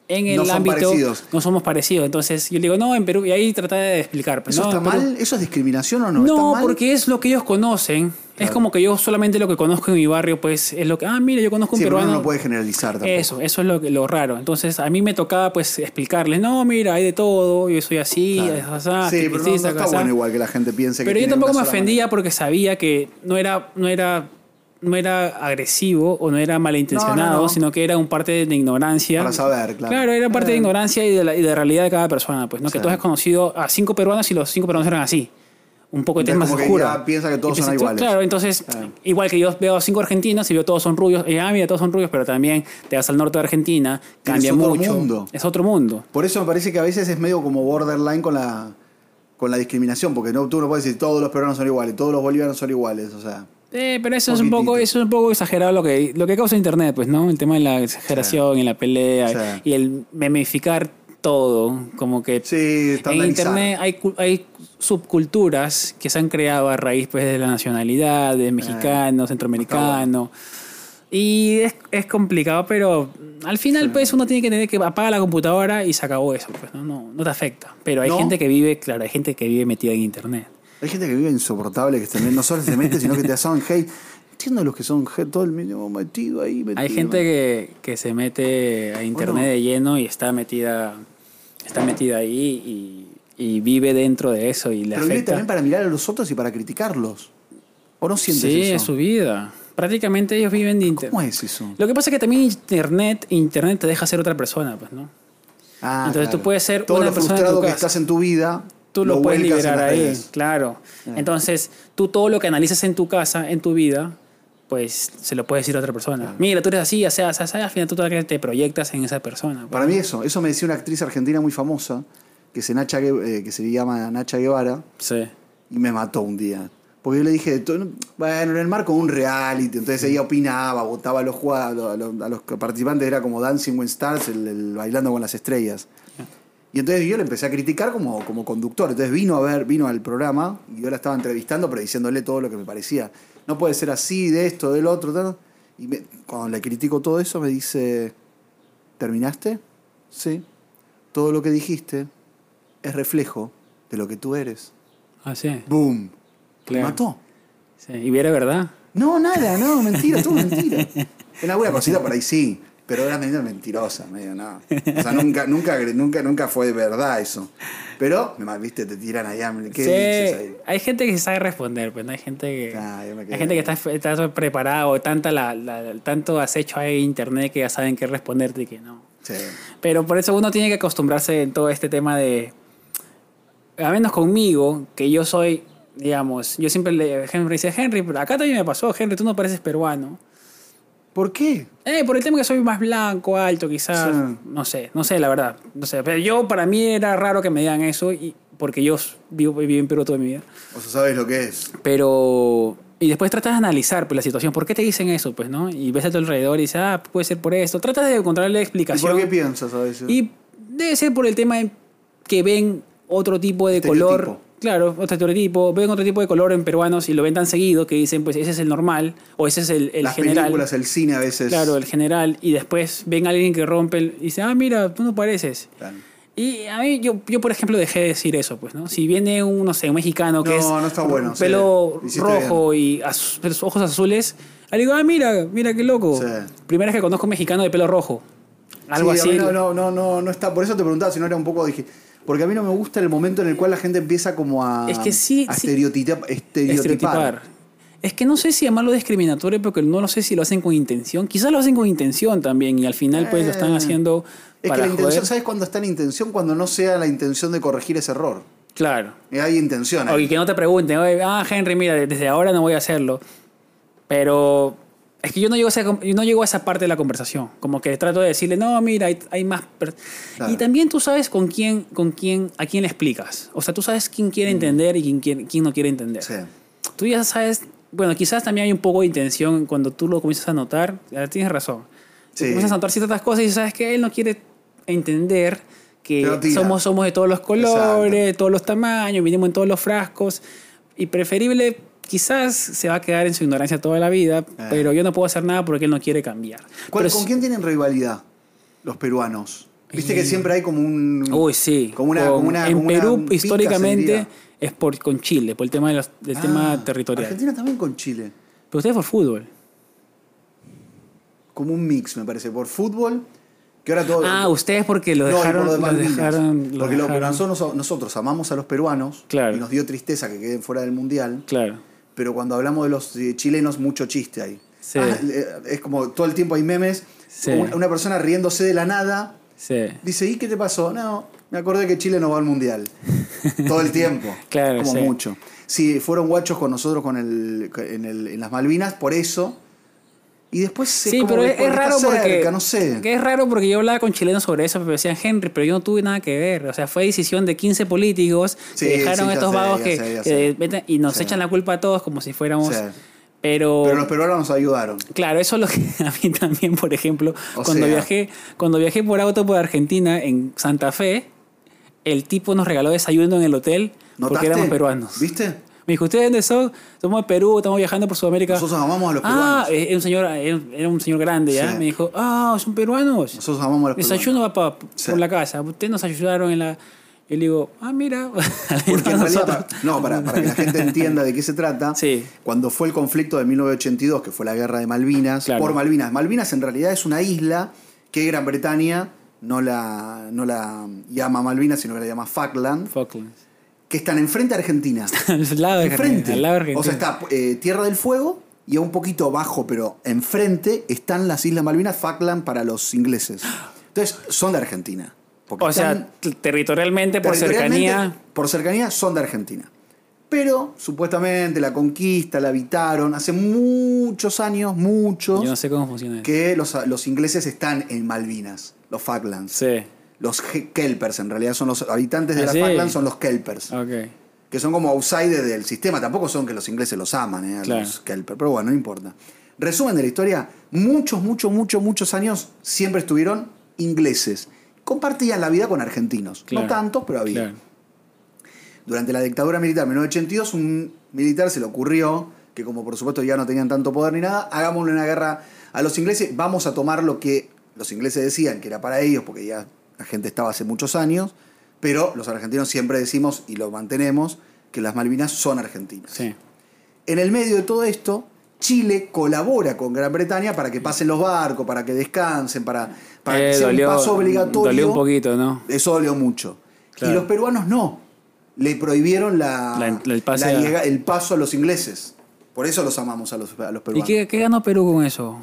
en el
No son
ámbito,
parecidos.
no somos parecidos. Entonces yo le digo, no, en Perú, y ahí traté de explicar. pues,
¿Eso
no,
está
en Perú-
mal? ¿Eso es discriminación o no?
No,
¿Está mal?
porque es lo que ellos conocen. Es como que yo solamente lo que conozco en mi barrio, pues es lo que, ah, mira, yo conozco un
Sí, pero uno
peruano.
no puede generalizar tampoco.
Eso, eso es lo, que- lo raro. Entonces, a mí me tocaba pues explicarles, no, mira, hay de todo, yo soy así,
Claro.
es así,
sí, pero no, no
cristiana,
está
asá".
bueno igual que la gente piense que
Pero yo
tiene
tampoco
una
me
sola
ofendía porque sabía que no era, no era, no era agresivo o no era malintencionado,
No, no, no.
sino que era un parte de ignorancia.
Para saber, claro.
era parte de
Eh.
ignorancia y de, la, y de la realidad de cada persona, pues, ¿no? Que
Sí.
tú has conocido a cinco peruanos y los cinco peruanos eran así. Un poco de tez más
Entonces, como que
oscura.
ya piensa que todos
Y
son iguales.
Claro, entonces, igual que yo veo a cinco argentinos y veo todos son rubios, y, ah, mira, todos son rubios, pero también te vas al norte de Argentina,
Tienes
cambia
otro
mucho.
mundo.
Es otro mundo.
Por eso me parece que a veces es medio como borderline con la, con la discriminación, porque no, tú no puedes decir todos los peruanos son iguales, todos los bolivianos son iguales, o sea.
Eh, pero eso es un
Poquitito.
poco, eso es un poco exagerado lo que, lo que causa internet, pues, ¿no? El tema de la exageración y la pelea
Sí.
y el memificar todo. Como que
Sí,
en
estandarizar.
internet hay, cu- hay subculturas que se han creado a raíz pues, de la nacionalidad, de mexicano, centroamericano. Y es, es complicado, pero al final, pues, uno tiene que tener que apagar la computadora y se acabó eso, pues, ¿no? No, no te afecta. Pero hay
¿No?
gente que vive, claro, hay gente que vive metida en internet.
Hay gente que vive insoportable, que también no solo se mete, sino que te hacen hate. Entiendo los que son hate, todo el medio metido ahí. Metido.
Hay gente que, que se mete a internet
Bueno.
de lleno y está metida, está metida ahí y, y vive dentro de eso y le
Pero vive
afecta.
también para mirar a los otros y para criticarlos. ¿O no sientes
sí,
eso?
es su vida. Prácticamente ellos viven de internet.
¿Cómo es eso?
Lo que pasa es que también internet, internet te deja ser otra persona, pues, ¿no?
Ah,
Entonces tú puedes ser
Todo
una
lo
persona en
frustrado
tu
que
casa.
estás en tu vida,
Tú lo, puedes
vuelcas en
liberar
las
ahí,
redes. Eh.
claro. Entonces, tú todo lo que analizas en tu casa, en tu vida, pues se lo puedes decir a otra persona.
Eh.
Mira, tú eres así, o sea, o sea, o sea, al final tú todavía te proyectas en esa persona. pues.
Para mí eso, eso me decía una actriz argentina muy famosa, que se, Nacha Gue- eh, que se llama Nacha Guevara,
Sí.
y me mató un día. Porque yo le dije, "Tú- bueno, en el marco de un reality, entonces ella opinaba, votaba a los, jugado- a los, a los participantes, era como Dancing with Stars, el, el bailando con las estrellas. Y entonces yo le empecé a criticar como, como conductor. Entonces vino a ver, vino al programa y yo la estaba entrevistando, pero diciéndole todo lo que me parecía. No puede ser así, de esto, del otro, tal. Y me- cuando le critico todo eso, me dice, ¿terminaste? Sí. Todo lo que dijiste es reflejo de lo que tú eres.
Así.
¡Boom!
Claro.
Me mató.
Sí, Y viera verdad.
No, nada, no, mentira, todo mentira. En alguna cosita por ahí sí. Pero era medio mentirosa, medio no. O sea, nunca, nunca, nunca, nunca fue de verdad eso. Pero, me mal, viste, te tiran allá. ¿Qué
Sí,
dices ahí?
hay gente que sabe responder, pues no hay gente que,
Ah, yo me quedé
hay gente que
ahí.
está, está preparada o tanta la, la- tanto acecho hay en internet que ya saben qué responderte y que no.
Sí.
Pero por eso uno tiene que acostumbrarse en todo este tema de, a menos conmigo, que yo soy, digamos, yo siempre le, Henry dice, Henry, pero acá también me pasó, Henry, tú no pareces peruano.
¿Por qué?
Eh, por el tema que soy más blanco, alto, quizás.
Sí.
No sé, no sé, la verdad. No sé. Pero yo, para mí, era raro que me digan eso, y, porque yo vivo, viví en Perú toda mi vida.
O sea, sabes lo que es.
Pero. Y después tratas de analizar pues, la situación. ¿Por qué te dicen eso? Pues, ¿no? Y ves a tu alrededor y dices, ah, puede ser por esto. Tratas de encontrarle
¿Y por
explicación.
qué piensas a veces?
Y debe ser por el tema de que ven otro tipo de color.
Estereotipo.
Claro, otro estereotipo. Ven otro tipo de color en peruanos y lo ven tan seguido que dicen, pues ese es el normal o ese es el, el
Las
general.
películas, el cine a veces.
Claro, el general. Y después ven a alguien que rompe el- y dice, ah, mira, tú no pareces.
Claro.
Y a mí, yo, yo por ejemplo, dejé de decir eso, pues, ¿no? Si viene un, no sé, un mexicano que
No,
es
no está bueno, sí.
pelo
Hiciste
rojo y az- los ojos azules, le digo, ah, mira, mira qué loco.
Sí.
Primera vez que conozco a un mexicano de pelo rojo. Algo
Sí, a
así.
mí No, no, no, no, no está. Por eso te preguntaba si no era un poco. Dije, porque a mí no me gusta el momento en el cual la gente empieza como a.
Es que sí,
a
sí.
estereotita- estereotipar.
Estereotipar. Es que no sé si llamarlo discriminatorio, porque no lo sé si lo hacen con intención. Quizás lo hacen con intención también y al final, pues, lo están
Eh,
haciendo
Es que
para
la intención,
joder.
¿sabes cuándo está la intención? Cuando no sea la intención de corregir ese error.
Claro.
Eh, Hay intención.
O
ahí.
y que no te pregunten, "Oye, ah, Henry, mira, desde ahora no voy a hacerlo. Pero es que yo no llego a esa, com- yo no llego a esa parte de la conversación. Como que trato de decirle, no, mira, hay, hay más. per-".
Claro.
Y también tú sabes con quién, con quién, a quién le explicas. O sea, tú sabes quién quiere entender y quién, quiere- quién no quiere entender.
Mm. Sí.
Tú ya sabes, bueno, quizás también hay un poco de intención cuando tú lo comienzas a notar. Ah, Tienes razón.
Sí.
Comienzas a notar ciertas cosas y sabes que él no quiere entender que
Pero tira.
somos, somos de todos los colores, de todos los tamaños, vinimos en todos los frascos. Y preferible, quizás se va a quedar en su ignorancia toda la vida,
Ah.
pero yo no puedo hacer nada porque él no quiere cambiar.
¿Cuál-
Pero
¿Con
si-
quién tienen rivalidad los peruanos? Viste que
Y-
siempre hay como un.
Uy, sí.
Como una.
Con-
como una-
en
como una
Perú,
pica
históricamente,
sentida.
es por, con Chile, por el tema, de los- del
Ah,
tema territorial.
Argentina también con Chile.
Pero ustedes por fútbol.
Como un mix, me parece. Por fútbol, que ahora todo.
Ah, ustedes porque lo
No, y por
dejaron.
lo de
lo
Malvinas.
dejaron lo
Porque lo que
dejaron-
nosotros, nosotros amamos a los peruanos
Claro.
y nos dio tristeza que queden fuera del mundial,
Claro.
pero cuando hablamos de los eh, chilenos, mucho chiste ahí.
Sí.
Ah, eh, es como todo el tiempo hay memes.
Sí.
Una, una persona riéndose de la nada
Sí.
dice: ¿Y qué te pasó? No, me acordé que Chile no va al mundial. todo el tiempo.
Claro,
Como
sí.
mucho. Sí, fueron guachos con nosotros con el, en, el- en las Malvinas, por eso. Y después se
Sí,
como
pero
que
es, es
está
raro porque.
cerca, no sé.
que es raro porque yo hablaba con chilenos sobre eso, pero decían Henry, pero yo no tuve nada que ver. O sea, fue decisión de 15 políticos
Sí,
que dejaron
sí,
a
ya
estos
sé,
vagos
ya
que,
sé, ya
que
sé.
meten- y nos
Sí.
echan la culpa a todos como si fuéramos.
Sí.
Pero,
Pero los peruanos nos ayudaron.
claro, eso es lo que a mí también, por ejemplo,
O
cuando
sea.
viajé, cuando viajé por auto por Argentina en Santa Fe, el tipo nos regaló desayuno en el hotel porque
¿Notaste?
éramos peruanos.
¿Viste?
Me dijo, ¿ustedes dónde son? Somos de Perú, estamos viajando por Sudamérica.
Nosotros amamos a los
ah,
peruanos.
eh, era un señor, era un- era un señor grande, ¿ya?
Sí.
Me dijo, ah, son peruanos.
Nosotros amamos a los peruanos.
Desayuno va pa-
Sí.
por la casa. Ustedes nos ayudaron en la... Yo le digo, ah, mira.
Porque en realidad,
Nosotros-
para- no, para, para que la gente entienda de qué se trata,
Sí.
cuando fue el conflicto de 1982, que fue la guerra de Malvinas,
Claro.
por Malvinas. Malvinas en realidad es una isla que Gran Bretaña no la, no la llama Malvinas, sino que la llama Falkland,
Falklands.
que están enfrente a Argentina.
al lado de
enfrente.
Argentina, al lado de Argentina.
O sea, está eh, Tierra del Fuego y a un poquito abajo, pero enfrente están las Islas Malvinas, Falkland para los ingleses. Entonces, son de Argentina. Porque
O sea,
están-
t- territorialmente, por
Territorialmente,
cercanía...
Por cercanía son de Argentina. Pero supuestamente la conquista, la habitaron hace muchos años, muchos,
Yo no sé cómo funciona eso.
que los, los ingleses están en Malvinas, los Falklands.
Sí,
Los Ge- Kelpers, en realidad son los habitantes de
Ah,
las
sí. Ah.
Falklands, son los Kelpers.
ok.
Que son como outsiders del sistema. Tampoco son que los ingleses los aman, eh, a
Claro.
los Kelpers. Pero bueno, no importa. Resumen de la historia: muchos, muchos, muchos, muchos años siempre estuvieron ingleses. Compartían la vida con argentinos.
Claro.
No tantos, pero había.
Claro.
Durante la dictadura militar de 1982, un militar se le ocurrió, que como por supuesto ya no tenían tanto poder ni nada, hagámosle una guerra a los ingleses, vamos a tomar lo que los ingleses decían que era para ellos, porque ya la gente estaba hace muchos años, pero los argentinos siempre decimos y lo mantenemos, que las Malvinas son argentinas.
Sí.
En el medio de todo esto, Chile colabora con Gran Bretaña para que pasen los barcos, para que descansen, para, para
Eh,
que sea
dolió-
un paso obligatorio.
Dolió un poquito, ¿no?
Eso dolió mucho.
Claro.
Y los peruanos no. Le prohibieron la,
La- la- el pase a-
llega- el paso a los ingleses. Por eso los amamos a los, a los
¿Y
peruanos.
qué, qué ganó Perú con eso?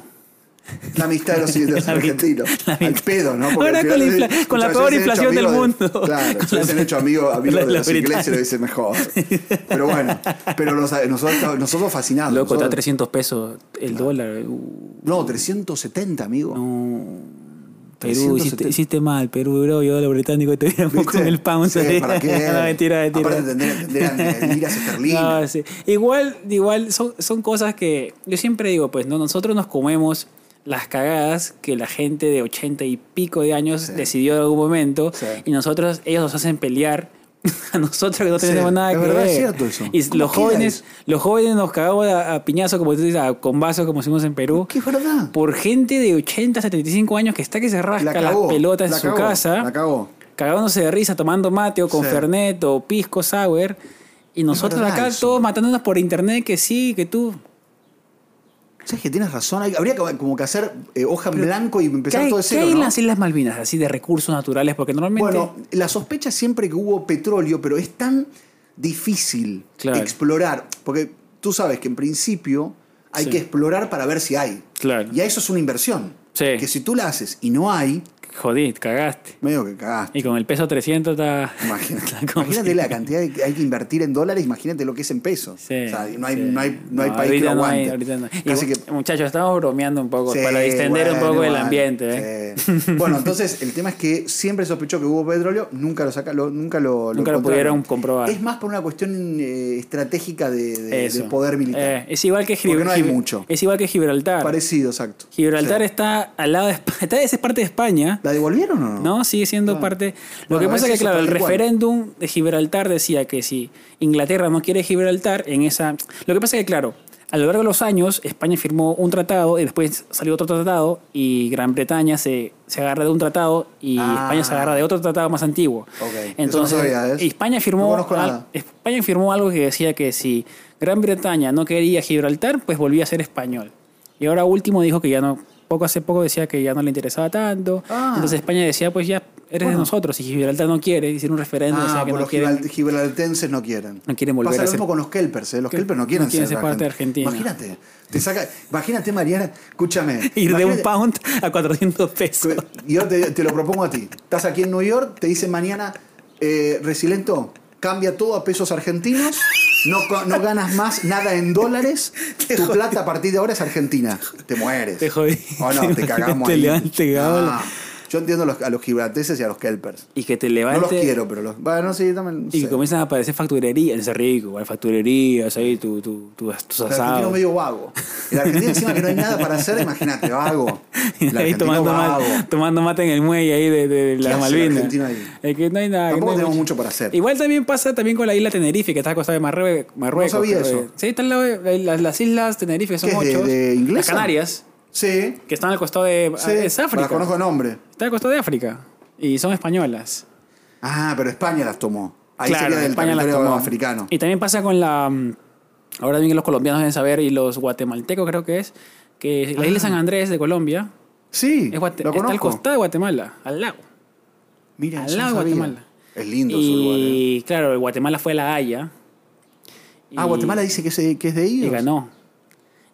La amistad de los, de los
La mitad-
argentinos.
la
Al
mitad.
pedo, ¿no?
Ahora
al
con la
final-
infla- con la
escuchá,
peor
se hubiesen hecho
inflación del
amigos de-
mundo.
claro,
Con
se
la-
hubiesen hecho amigos amigo
la-
de
la
los
británica.
ingleses, lo hubiesen mejor. Pero bueno, pero los- nosotros, nosotros fascinados.
Loco, está a
Ah, nosotros-
300 pesos el dólar. Uh,
No, 370, amigo.
Perú,
370.
hiciste, hiciste mal, Perú, bro. Yo, lo británico, te hubiéramos
¿Viste?
con el pound.
Sí, ¿para qué?
no, mentira, mentira.
Aparte tendrían, tendrían eh, liras esterlinas.
No, sí. Igual, igual son, son cosas que yo siempre digo, pues no nosotros nos comemos las cagadas que la gente de ochenta y pico de años
Sí.
decidió en algún momento
Sí.
y nosotros ellos nos hacen pelear a nosotros que no
Sí,
tenemos nada
es
que
verdad,
ver.
es cierto eso.
Y
¿Cómo
los
queda
jóvenes,
eso?
los jóvenes nos cagamos a, a piñazo como tú dices, a combazo como decimos en Perú.
Que es verdad.
Por gente de 80, 75 años que está que se rasca
cagó,
las pelotas en
la
su
cagó,
casa
La cagó.
cagándose de risa, tomando mate o con
Sí.
Fernet o pisco sour. Y nosotros
verdad
acá
eso.
todos matándonos por internet que sí, que tú.
¿Sabes que tienes razón? Hay- habría que- como que hacer eh, hoja en blanco y
¿Qué
empezar
hay,
todo Pues de
qué
cero,
hay en
¿no?
las Islas Malvinas así de recursos naturales? Porque normalmente.
Bueno, la sospecha siempre que hubo petróleo, pero es tan difícil
Claro.
explorar, porque tú sabes que en principio hay
Sí.
que explorar para ver si hay.
Claro.
Y a eso es una inversión.
Sí.
Que si tú la haces y no hay,
Jodid, cagaste.
medio que cagaste.
Y con el peso 300 está.
Imagínate,
está como-
imagínate la cantidad de que hay que invertir en dólares, imagínate lo que es en pesos.
Sí,
O sea, no hay,
sí.
no hay, no hay
No,
país que lo
ahorita no hay,
aguante.
ahorita no. Y
Casi
bu-
que-
Muchachos, estamos bromeando un poco
Sí,
para distender un
bueno,
poco el
igual,
ambiente. ¿eh?
sí. Bueno, entonces el tema es que siempre sospechó que hubo petróleo, nunca lo saca, lo- nunca lo,
Nunca lo
encontraron.
pudieron comprobar.
Es más por una cuestión eh, estratégica de, de- de
Eso.
poder
Eh,
militar.
es igual que Gibral-
Porque no hay
Gibral-
mucho.
Es igual que Gibraltar.
Parecido, exacto.
Gibraltar
Sí.
está al lado de España. Está, esa es parte de España.
¿La devolvieron o no?
No, sigue siendo
Claro.
parte. Lo
Bueno,
que pasa
a
es que,
veces
claro, el
está igual.
referéndum de Gibraltar decía que si Inglaterra no quiere Gibraltar, en esa. Lo que pasa es que, claro, a lo largo de los años, España firmó un tratado y después salió otro tratado y Gran Bretaña se, se agarra de un tratado y
Ah.
España se agarra de otro tratado más antiguo.
Ok, eso no
Entonces,
sabía, ¿ves?
España firmó.
No conozco
al-
nada.
España firmó algo que decía que si Gran Bretaña no quería Gibraltar, pues volvía a ser español. Y ahora último dijo que ya no, poco hace poco decía que ya no le interesaba tanto.
Ah.
Entonces España decía, pues ya eres de nosotros. Y Gibraltar no quiere, hicieron un referéndum,
Ah,
decía que
por
no
los
quiere.
gibral- gibraltenses no quieren.
No quieren volver
Pasa
a
lo
ser-
mismo con los kelpers, ¿eh? Los
Que-
kelpers no quieren
no quieren ser parte de Argentina.
Imagínate, te saca, imagínate Mariana, escúchame.
Ir de un
imagínate-
pound a 400 pesos.
Yo te, te lo propongo a ti. Estás aquí en New York, te dicen mañana, eh, Resilento, cambia todo a pesos argentinos, no, co- no ganas más nada en dólares, tu plata a partir de ahora es argentina. Te mueres.
Te jodí.
O no, te cagamos
Te
ahí.
levantas, te cagamos.
No, yo entiendo a los, a los gibralteses y a los kelpers.
Y que te
No
levantes.
los quiero, pero los. Bueno, sí, también. no
Y que
sé.
comienzan a aparecer facturerías, ese rico, hay facturerías ahí, tu, tu, tu- tus
El argentino
asados.
medio vago. El argentino encima que no hay nada para hacer, imagínate, vago. El
ahí
argentino
tomando, ma-
vago.
tomando mate en el muelle ahí de, de las
hace el
Malvinas.
argentino ahí?
Es que no hay nada. que no
Tampoco
hay
tenemos mucho para hacer.
Igual también pasa también con la isla Tenerife, que está a costa de Marrue- Marruecos.
sabía
creo
eso.
que- Sí, están la- la- las, las islas Tenerife, que son
¿Qué es de-
ocho.
de
las
inglesa?
Canarias,
Sí.
que están al costado de
Sí,
Ah, es África.
Las conozco de nombre.
Está al costado de África. Y son españolas.
Ah, pero España las tomó. Ahí
claro,
sería del
España las
territorio
tomó.
africano.
Y también pasa con la. mm, Ahora bien, que los colombianos deben saber, y los guatemaltecos creo que es, que la isla San Andrés de Colombia
Ah. Sí,
es Guate- está
lo
al
conozco.
costado de Guatemala, al lado.
Mira,
al
yo no
lado de
sabía.
Guatemala.
Es lindo su lugar. eh.
Y claro, Guatemala fue a La Haya.
Ah,
Y-
Guatemala dice que es, que es de
Y
ellos.
ganó.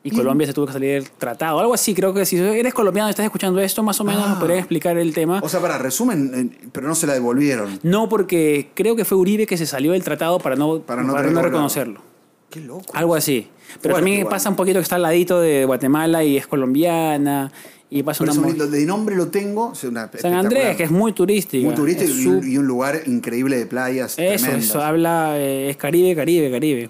Y
Bien.
Colombia se tuvo que salir del tratado. Algo así, creo que si eres colombiano y estás escuchando esto, más o menos
Ah.
nos podrías explicar el tema.
O sea, para resumen, eh, pero no se la devolvieron.
no porque creo que fue Uribe que se salió del tratado para no,
Para no
para no
tener
reconocerlo.
Qué loco.
Algo así. Pero
Fuerte
también
igual.
pasa un poquito que está al ladito de Guatemala y es colombiana. Y pasa una...
Pero es un
mo-
lindo- de nombre lo tengo. es una
San Andrés, que es muy turística.
muy turístico
Es
y, un-
su-
y un lugar increíble de playas.
Eso,
tremendas.
eso, habla... eh, es Caribe, Caribe, Caribe.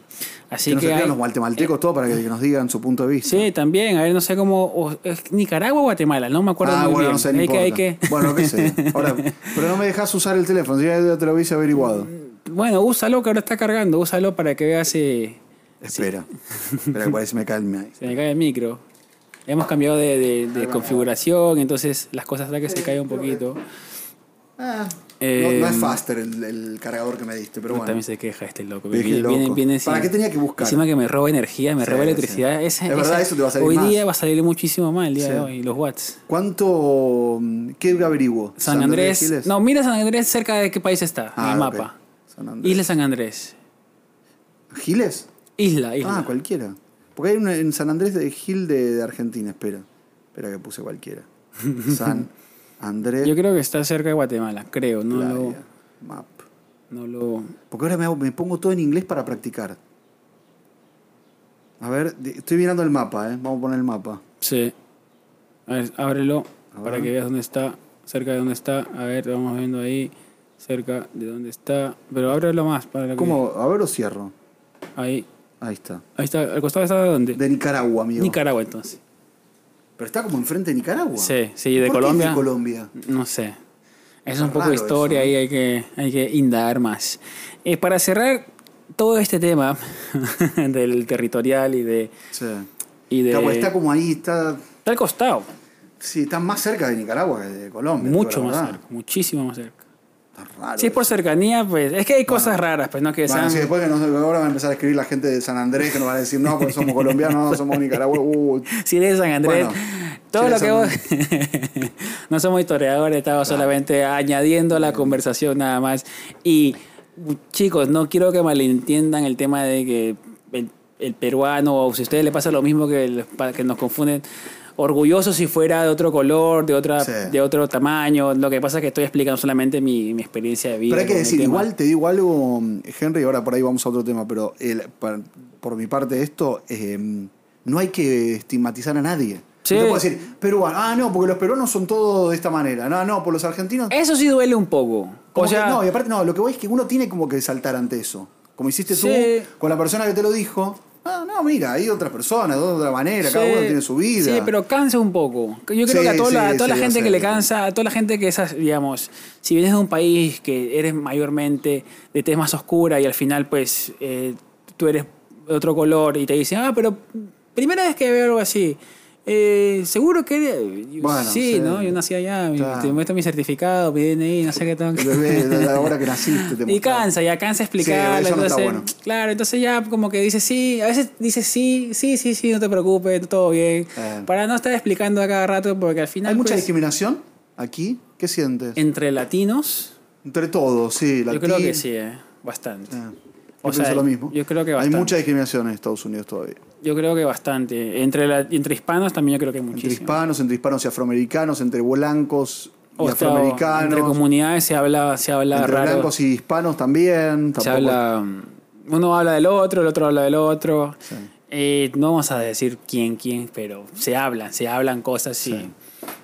Así
que nos
que...
escriban
hay-
los guatemaltecos todo para que, que nos digan su punto de vista.
Sí, también. A ver, no sé cómo. o- es Nicaragua o Guatemala, no me acuerdo
ah,
muy
bueno,
bien.
no sé, no
Hay que- hay
importa.
que-
Bueno, qué sé. yo. Ahora, pero no me dejas usar el teléfono, ya te lo hubiese averiguado.
Bueno, úsalo que ahora está cargando, úsalo para que veas si
Espera, espera que parece me calme ahí.
se me cae el micro. Hemos cambiado de, de- de configuración, entonces las cosas hacen que se cae un poquito.
Ah, No,
Eh,
no es Faster el, el cargador que me diste, pero bueno.
También se queja este loco.
Dije
viene, viene-
loco.
viene
¿Para
sin-
qué tenía que buscar?
Encima que me roba energía, me
Sí,
roba
sí.
electricidad. Esa-
Es verdad,
esa-
eso te va a salir
Hoy
más.
día va a salir muchísimo más el día de
Sí.
hoy, los watts.
¿Cuánto. mm, ¿Qué averiguo?
San Andrés.
de Giles?
no, mira San Andrés cerca de qué país está en
Ah,
el
ok.
mapa.
San Andrés.
Isla San Andrés.
¿Giles?
Isla, isla.
Ah, cualquiera. Porque hay una en San Andrés de Gil de, de Argentina, espera. Espera que puse cualquiera. San Andrés.
Yo creo que está cerca de Guatemala, creo. No
Playa,
lo,
Map.
no lo.
Porque ahora me, hago- me pongo todo en inglés para practicar. A ver, de- estoy mirando el mapa, ¿eh? Vamos a poner el mapa.
Sí. A ver, ábrelo
A
para
ver.
que veas dónde está. Cerca de dónde está. A ver, vamos viendo ahí. Cerca de dónde está. Pero ábrelo más para que.
¿Cómo? A ver, lo cierro.
Ahí.
Ahí está.
Ahí está. Al costado está dónde?
De Nicaragua, amigo.
Nicaragua, entonces.
Pero está como enfrente de Nicaragua.
Sí, sí, de
¿Por qué es
Colombia.
de Colombia.
No sé. Es
Está
un poco
raro
de historia
eso, ¿no?
ahí hay que, hay que indagar más. Eh, para cerrar todo este tema del territorial y de.
Sí.
Y de
Claro, está como ahí, está.
está al costado.
Sí, está más cerca de Nicaragua que de Colombia.
Mucho
la
más
verdad.
cerca. Muchísimo más cerca.
Está raro.
Si es por
eso.
cercanía, pues. Es que hay cosas raras, pues no que
Bueno,
sean.
sí, después que nos, ahora va a empezar a escribir la gente de San Andrés que nos van a decir, no, porque somos colombianos, no, somos nicaragüenses. Uh,
Si eres de San Andrés,
Bueno,
todo
si
lo
eres
que vos... no somos historiadores, estamos solamente añadiendo a la conversación nada más. Y u- chicos, no quiero que malentiendan el tema de que el, el peruano, o si a ustedes le pasa lo mismo que, el- pa- que nos confunden, orgulloso si fuera de otro color, de, otra,
Sí.
de otro tamaño. Lo que pasa es que estoy explicando solamente mi, mi experiencia de vida.
Pero hay que
con el
decir,
tema.
igual te digo algo, Henry, ahora por ahí vamos a otro tema, pero el- pa- por mi parte de esto, eh, no hay que estigmatizar a nadie.
Sí.
No te puedo decir, peruano, ah, no, porque los peruanos son todos de esta manera. No, no, por los argentinos.
Eso sí duele un poco.
como
Eh, o sea,
que- no, y aparte, no, lo que voy es que uno tiene como que saltar ante eso. Como hiciste
Sí.
tú con la persona que te lo dijo. Ah, no, mira, hay otras personas, de otra manera, cada
Sí,
uno tiene su vida.
Sí, pero cansa un poco. Yo creo
Sí,
que a toda, la, a
sí,
toda la
sí,
gente
ya
que
sé.
le cansa, a toda la gente que esas, digamos, si vienes de un país que eres mayormente de tez más oscura y al final pues eh, tú eres de otro color y te dicen, ah, pero primera vez que veo algo así. eh, seguro que eres-".
Bueno,
sí,
sí.
¿no? Yo nací allá, mi-
Claro.
te muestro mi certificado, mi DNI, no sé qué tengo. que-
El bebé, de la hora que naciste, te
y
mostraba.
cansa, ya cansa
Sí,
explicarlo.
eso no
entonces,
está bueno.
Claro, entonces ya como que dice sí, a veces dice sí, sí, sí, sí, no te preocupes, todo bien.
Eh.
Para no estar explicando a cada rato, porque al final.
¿Hay mucha
pues,
discriminación aquí? ¿Qué sientes?
entre latinos,
Entre todos, sí.
yo
latín.
creo que sí, eh, bastante.
Ah,
O
Yo
sea,
pienso lo mismo.
yo creo que
Hay
bastante.
mucha discriminación en Estados Unidos todavía.
Yo creo que bastante. Entre, la- entre hispanos también yo creo que
Entre
muchísimo.
hispanos, entre hispanos y afroamericanos, entre blancos y
O sea, entre
afroamericanos.
comunidades se habla, se habla
entre
raro.
blancos y hispanos también.
se
tampoco-
habla uno habla del otro el otro habla del otro Eh, no vamos a decir quién quién pero se hablan se hablan cosas y
Sí,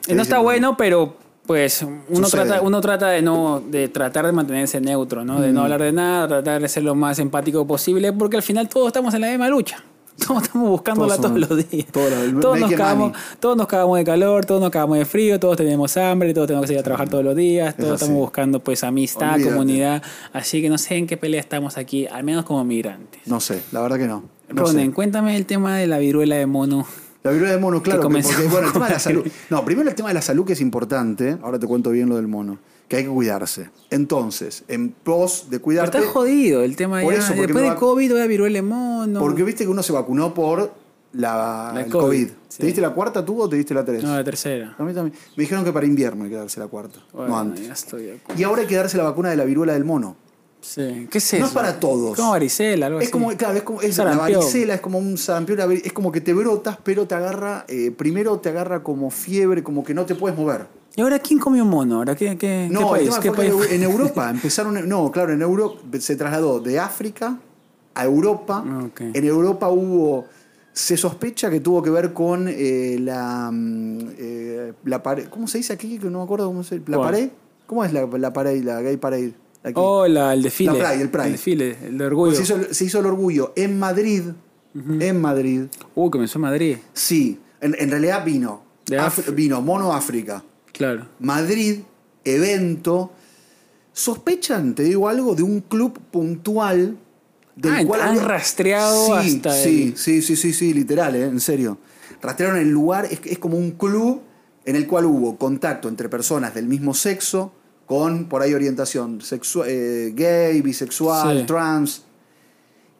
no
sí,
está
sí.
bueno pero pues uno
Sucede. Mm.
trata uno trata de no de tratar de mantenerse neutro no de no hablar de nada tratar de ser lo más empático posible porque al final todos estamos en la misma lucha todos estamos buscándola
Todos
todos,
somos-
los días
todos los-
todos nos
make it
cagamos
money.
todos nos cagamos de calor todos nos cagamos de frío todos tenemos hambre todos tenemos que salir a trabajar todos los días todos
Mm. así.
estamos buscando pues amistad
Olvídate.
comunidad Ah, Así que no sé en qué pelea estamos aquí, al menos como migrantes.
No sé, la verdad que no. no sé.
Ronen, cuéntame el tema de la viruela de mono.
La viruela del mono, claro. que-
comenzó
porque, bueno, el
con
tema de la
el-
salud. No, primero el tema de la salud que es importante. Ahora te cuento bien lo del mono. Que hay que cuidarse. Entonces, en pos de
Pero
cuidarte.
está jodido el tema
Por
ya.
eso, porque
Después
me
de
va-
COVID, voy a viruela de mono.
Porque viste que uno se vacunó por la,
La
el
COVID,
COVID.
sí.
¿Te diste la cuarta tú o te diste la tres?
No, la tercera.
A mí también. Me dijeron que para invierno hay que darse la cuarta,
Bueno,
no antes.
ya estoy de acuerdo.
Y ahora hay que darse la vacuna de la viruela del mono.
Sí. ¿Qué es
No
eso?
es para todos.
Como varicela, algo
Es
así.
como, claro, es como es la
Sarampión.
varicela, es como un sarampión, la ver- es como que te brotas, pero te agarra, eh, primero te agarra como fiebre, como que no te puedes mover.
¿Y ahora quién comió mono? ¿Ahora qué, qué,
No,
qué
el
país?
tema
¿Qué
fue que
país?
en Europa empezaron, no, claro, en Europa se trasladó de África a Europa.
Ah, Ok.
En Europa hubo, se sospecha que tuvo que ver con eh, la, mm, eh, la pared, ¿cómo se dice aquí? Que no me acuerdo cómo se la
¿Cuál?
pared. ¿Cómo es la, la pared, la gay parade? Aquí.
Hola, el desfile.
La Pride, el Pride.
El desfile, el de
Pues
orgullo.
se, hizo, el- se hizo el orgullo en Madrid, en Madrid,
Uh, comenzó en Madrid.
sí, en, en realidad vino,
De
Af-
África.
vino mono África.
Claro.
Madrid, evento. Sospechan, te digo algo, de un club puntual. Del
Ah,
cual
han
había-
rastreado
sí,
hasta
Sí,
el-
sí, sí, sí, sí, literal, eh, en serio. Rastrearon el lugar, es, es como un club en el cual hubo contacto entre personas del mismo sexo, con por ahí orientación sexua- eh, gay, bisexual,
Sí.
trans.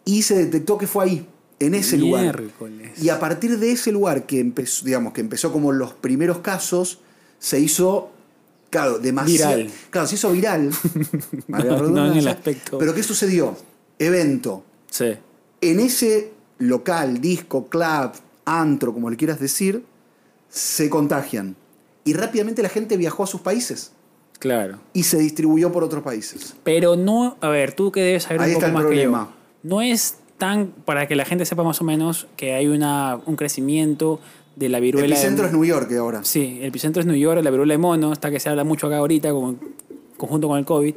Y se detectó que fue ahí, en ese lugar.
Miércoles.
Y a partir de ese lugar que empezó, digamos, que empezó como los primeros casos, se hizo, claro, demasiado.
Viral.
Claro, se hizo viral.
No,
Valga la
no en
redundancia.
el aspecto.
Pero ¿qué sucedió? Evento.
Sí.
En ese local, disco, club, antro, como le quieras decir, se contagian. Y rápidamente la gente viajó a sus países
Claro.
y se distribuyó por otros países.
Pero no, a ver, tú que debes saber
Ahí
un
está
poco
el
más
problema.
que yo. No es tan, para que la gente sepa más o menos, que hay una, un crecimiento de la
El
viruela.
epicentro
de,
es New York ahora.
Sí, el epicentro es New York, la viruela de mono, hasta que se habla mucho acá ahorita, como, conjunto con el COVID.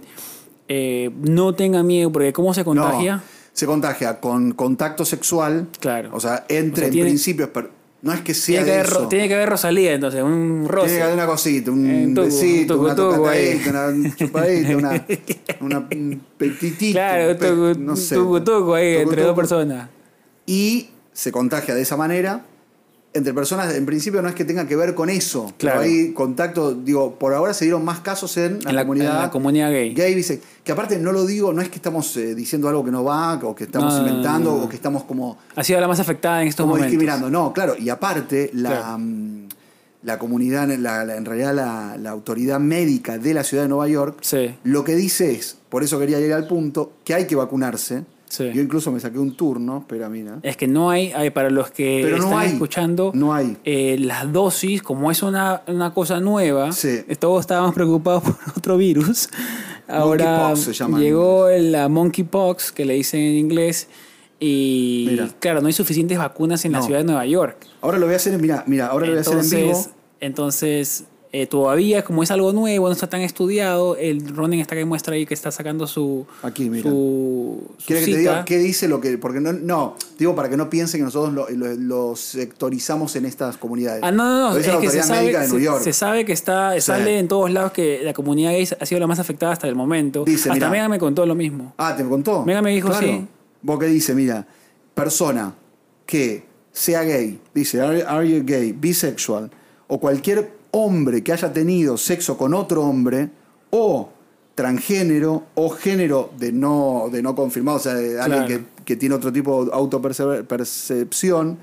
Eh, no tengan miedo, porque ¿cómo se
No,
contagia?
se contagia con contacto sexual.
Claro.
O sea, entre
O sea,
en
tiene-
principio. pero no es que
Tiene
sea
que,
de
haber, ro-
eso.
tiene que haber Rosalía, entonces, un roce.
Tiene que haber una cosita, un
Eh, un tucu,
besito,
un
una
tucu, tucu ahí.
tocadita, una chupadita, una, una un petitito.
Claro,
un pe-
un tucu,
no sé.
tucu, tucu ahí,
Tucu,
entre dos
tucu.
personas.
y se contagia de esa manera entre personas en principio no es que tenga que ver con eso
Claro.
pero hay contacto digo por ahora se dieron más casos en la,
En la, en
comunidad
la comunidad gay.
gay bisex- que aparte no lo digo no es que estamos eh, diciendo algo que no va o que estamos
No, no, no,
inventando
no, no.
o que estamos como
Ha sido la más afectada en estos
como
momentos.
discriminando. No, claro, y aparte, la,
Claro.
mm, la comunidad, la- la- en realidad la, la autoridad médica de la ciudad de Nueva York,
Sí.
lo que dice es, por eso quería llegar al punto, que hay que vacunarse.
Sí.
Yo incluso me saqué un turno, pero mira.
Es que no hay, hay- para los que
Pero no
están
hay,
escuchando,
no hay.
eh, las dosis, como es una, una cosa nueva,
Sí.
todos estábamos preocupados por otro virus. Ahora
Monkeypox se llama en
llegó la monkeypox, que le dicen en inglés, y
Mira.
claro, no hay suficientes vacunas en la
No.
ciudad de Nueva York.
Ahora lo voy a hacer, mira, mira, ahora lo voy a hacer en vivo.
Entonces, entonces eh, todavía, como es algo nuevo, no está tan estudiado, el Ronen está que muestra ahí que está sacando su...
Aquí, mira.
su, su
¿Quieres que te
cita.
diga qué dice lo que.? Porque no, no, digo para que no piensen que nosotros lo, lo- lo sectorizamos en estas comunidades.
Ah, no, no, no.
Lo
Es
dice la
que se
autoridad
sabe,
médica de New
se-
York.
se sabe que está, sale en todos lados que la comunidad gay ha sido la más afectada hasta el momento.
Dice,
hasta
mirá.
Megan me contó lo mismo.
Ah, ¿te contó?
Mega me dijo, sí.
Vos que dice, mira, persona que sea gay, dice, are, are you gay, bisexual, o cualquier hombre que haya tenido sexo con otro hombre, o transgénero, o género de no, de no confirmado, o sea, de alguien
Claro.
que, que tiene otro tipo de autopercepción,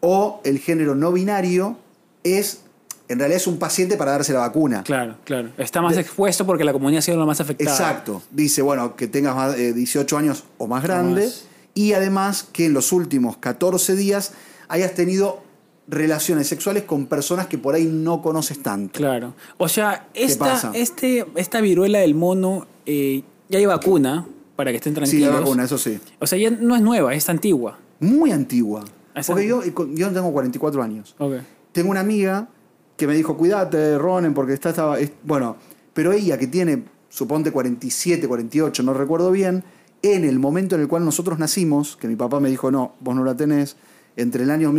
o el género no binario, es, en realidad es un paciente para darse la vacuna.
Claro, claro. Está más expuesto porque la comunidad ha sido la más afectada.
Exacto. Dice, bueno, que tengas más, eh, 18 años o más grande.
más.
Y además que en los últimos 14 días hayas tenido relaciones sexuales con personas que por ahí no conoces tanto.
Claro. O sea, esta,
pasa?
este, esta viruela del mono eh, ya hay vacuna para que estén
Sí,
tranquilos.
la vacuna, eso sí.
O sea, ya no es nueva, es antigua.
Muy antigua.
Exacto.
Porque yo, yo tengo 44 años.
Ok.
Tengo una amiga que me dijo, cuídate, Ronen, porque está esta... es-". Bueno, pero ella que tiene, suponte 47, 48, no recuerdo bien, en el momento en el cual nosotros nacimos, que mi papá me dijo, no, vos no la tenés, entre el año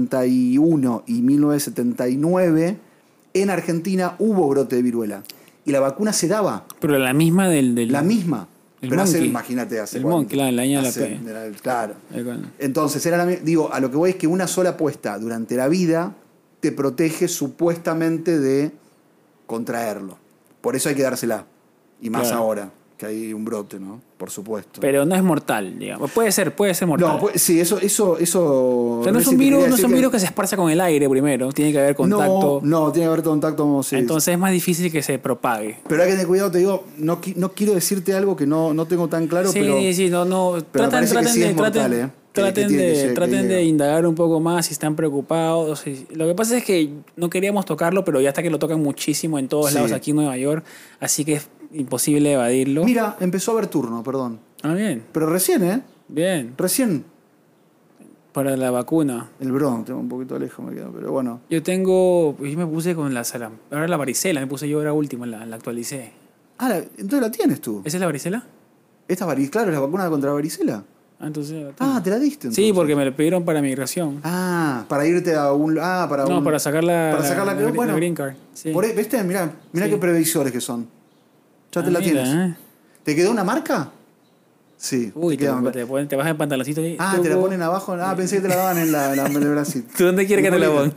1971 y 1979, en Argentina hubo brote de viruela. Y la vacuna se daba,
Pero la misma del... del
la misma.
El
pero hace,
monkey.
imagínate, hace...
El
cuánto.
monkey, claro, el año de la
Hace-
pe-
era el- Claro.
Eh, con-
Entonces, era la mi- digo, a lo que voy es que una sola apuesta durante la vida te protege supuestamente de contraerlo. Por eso hay que dársela. Y más
Claro.
ahora, que hay un brote, ¿no? Por supuesto.
Pero no es mortal, digamos. Puede ser, puede ser mortal.
no, pues, sí, eso, eso, eso.
o sea, no es un
Reci, te
virus,
quería
no es
decir
un virus que se esparza con el aire primero. Tiene que haber contacto.
No, no, tiene que haber contacto. sí.
Entonces es más difícil que se propague.
Pero hay que tener cuidado, te digo, no, qui- no quiero decirte algo que no, no tengo tan claro,
sí,
pero.
sí, sí, no, no. Traten,
parece que
traten
sí
de,
es mortal,
traten,
¿eh? Que-
traten
que tiene que
de,
ser- que
traten de
llega.
indagar un poco más si están preocupados. si- lo que pasa es que no queríamos tocarlo, pero ya hasta que lo tocan muchísimo en todos
Sí.
lados aquí en Nueva York, así que es imposible evadirlo.
Mira, empezó a haber turno, perdón.
Ah, bien,
Pero recién, ¿eh?
bien.
Recién.
Para la vacuna.
El Bronx, tengo un poquito lejos, me quedo, pero bueno.
Yo tengo. pues, Yo me puse con la salam. Ahora la varicela, me puse yo ahora último, la, la actualicé.
Ah, la- entonces la tienes tú.
¿Esa es la varicela?
Esta vari- claro, es la vacuna contra la varicela.
Ah, entonces. la tengo.
Ah, te la diste. entonces.
sí, porque me lo pidieron para migración.
Ah, para irte a un. Ah, para
no,
un-
para sacar la,
para sacar la-
gr-
bueno.
green card. Sí.
Por ahí- ¿Viste? Mirá, mirá
Sí.
qué previsores que son. Ya te
Ah,
la
mira,
tienes.
¿eh?
¿Te quedó una marca? Sí.
Uy,
te
te,
quedan-
te ponen- te bajan el pantaloncito y...
Ah, te la ponen abajo. Ah, pensé que te la daban en, la, en la- en el bracito.
¿Tú dónde quieres que te la pongan?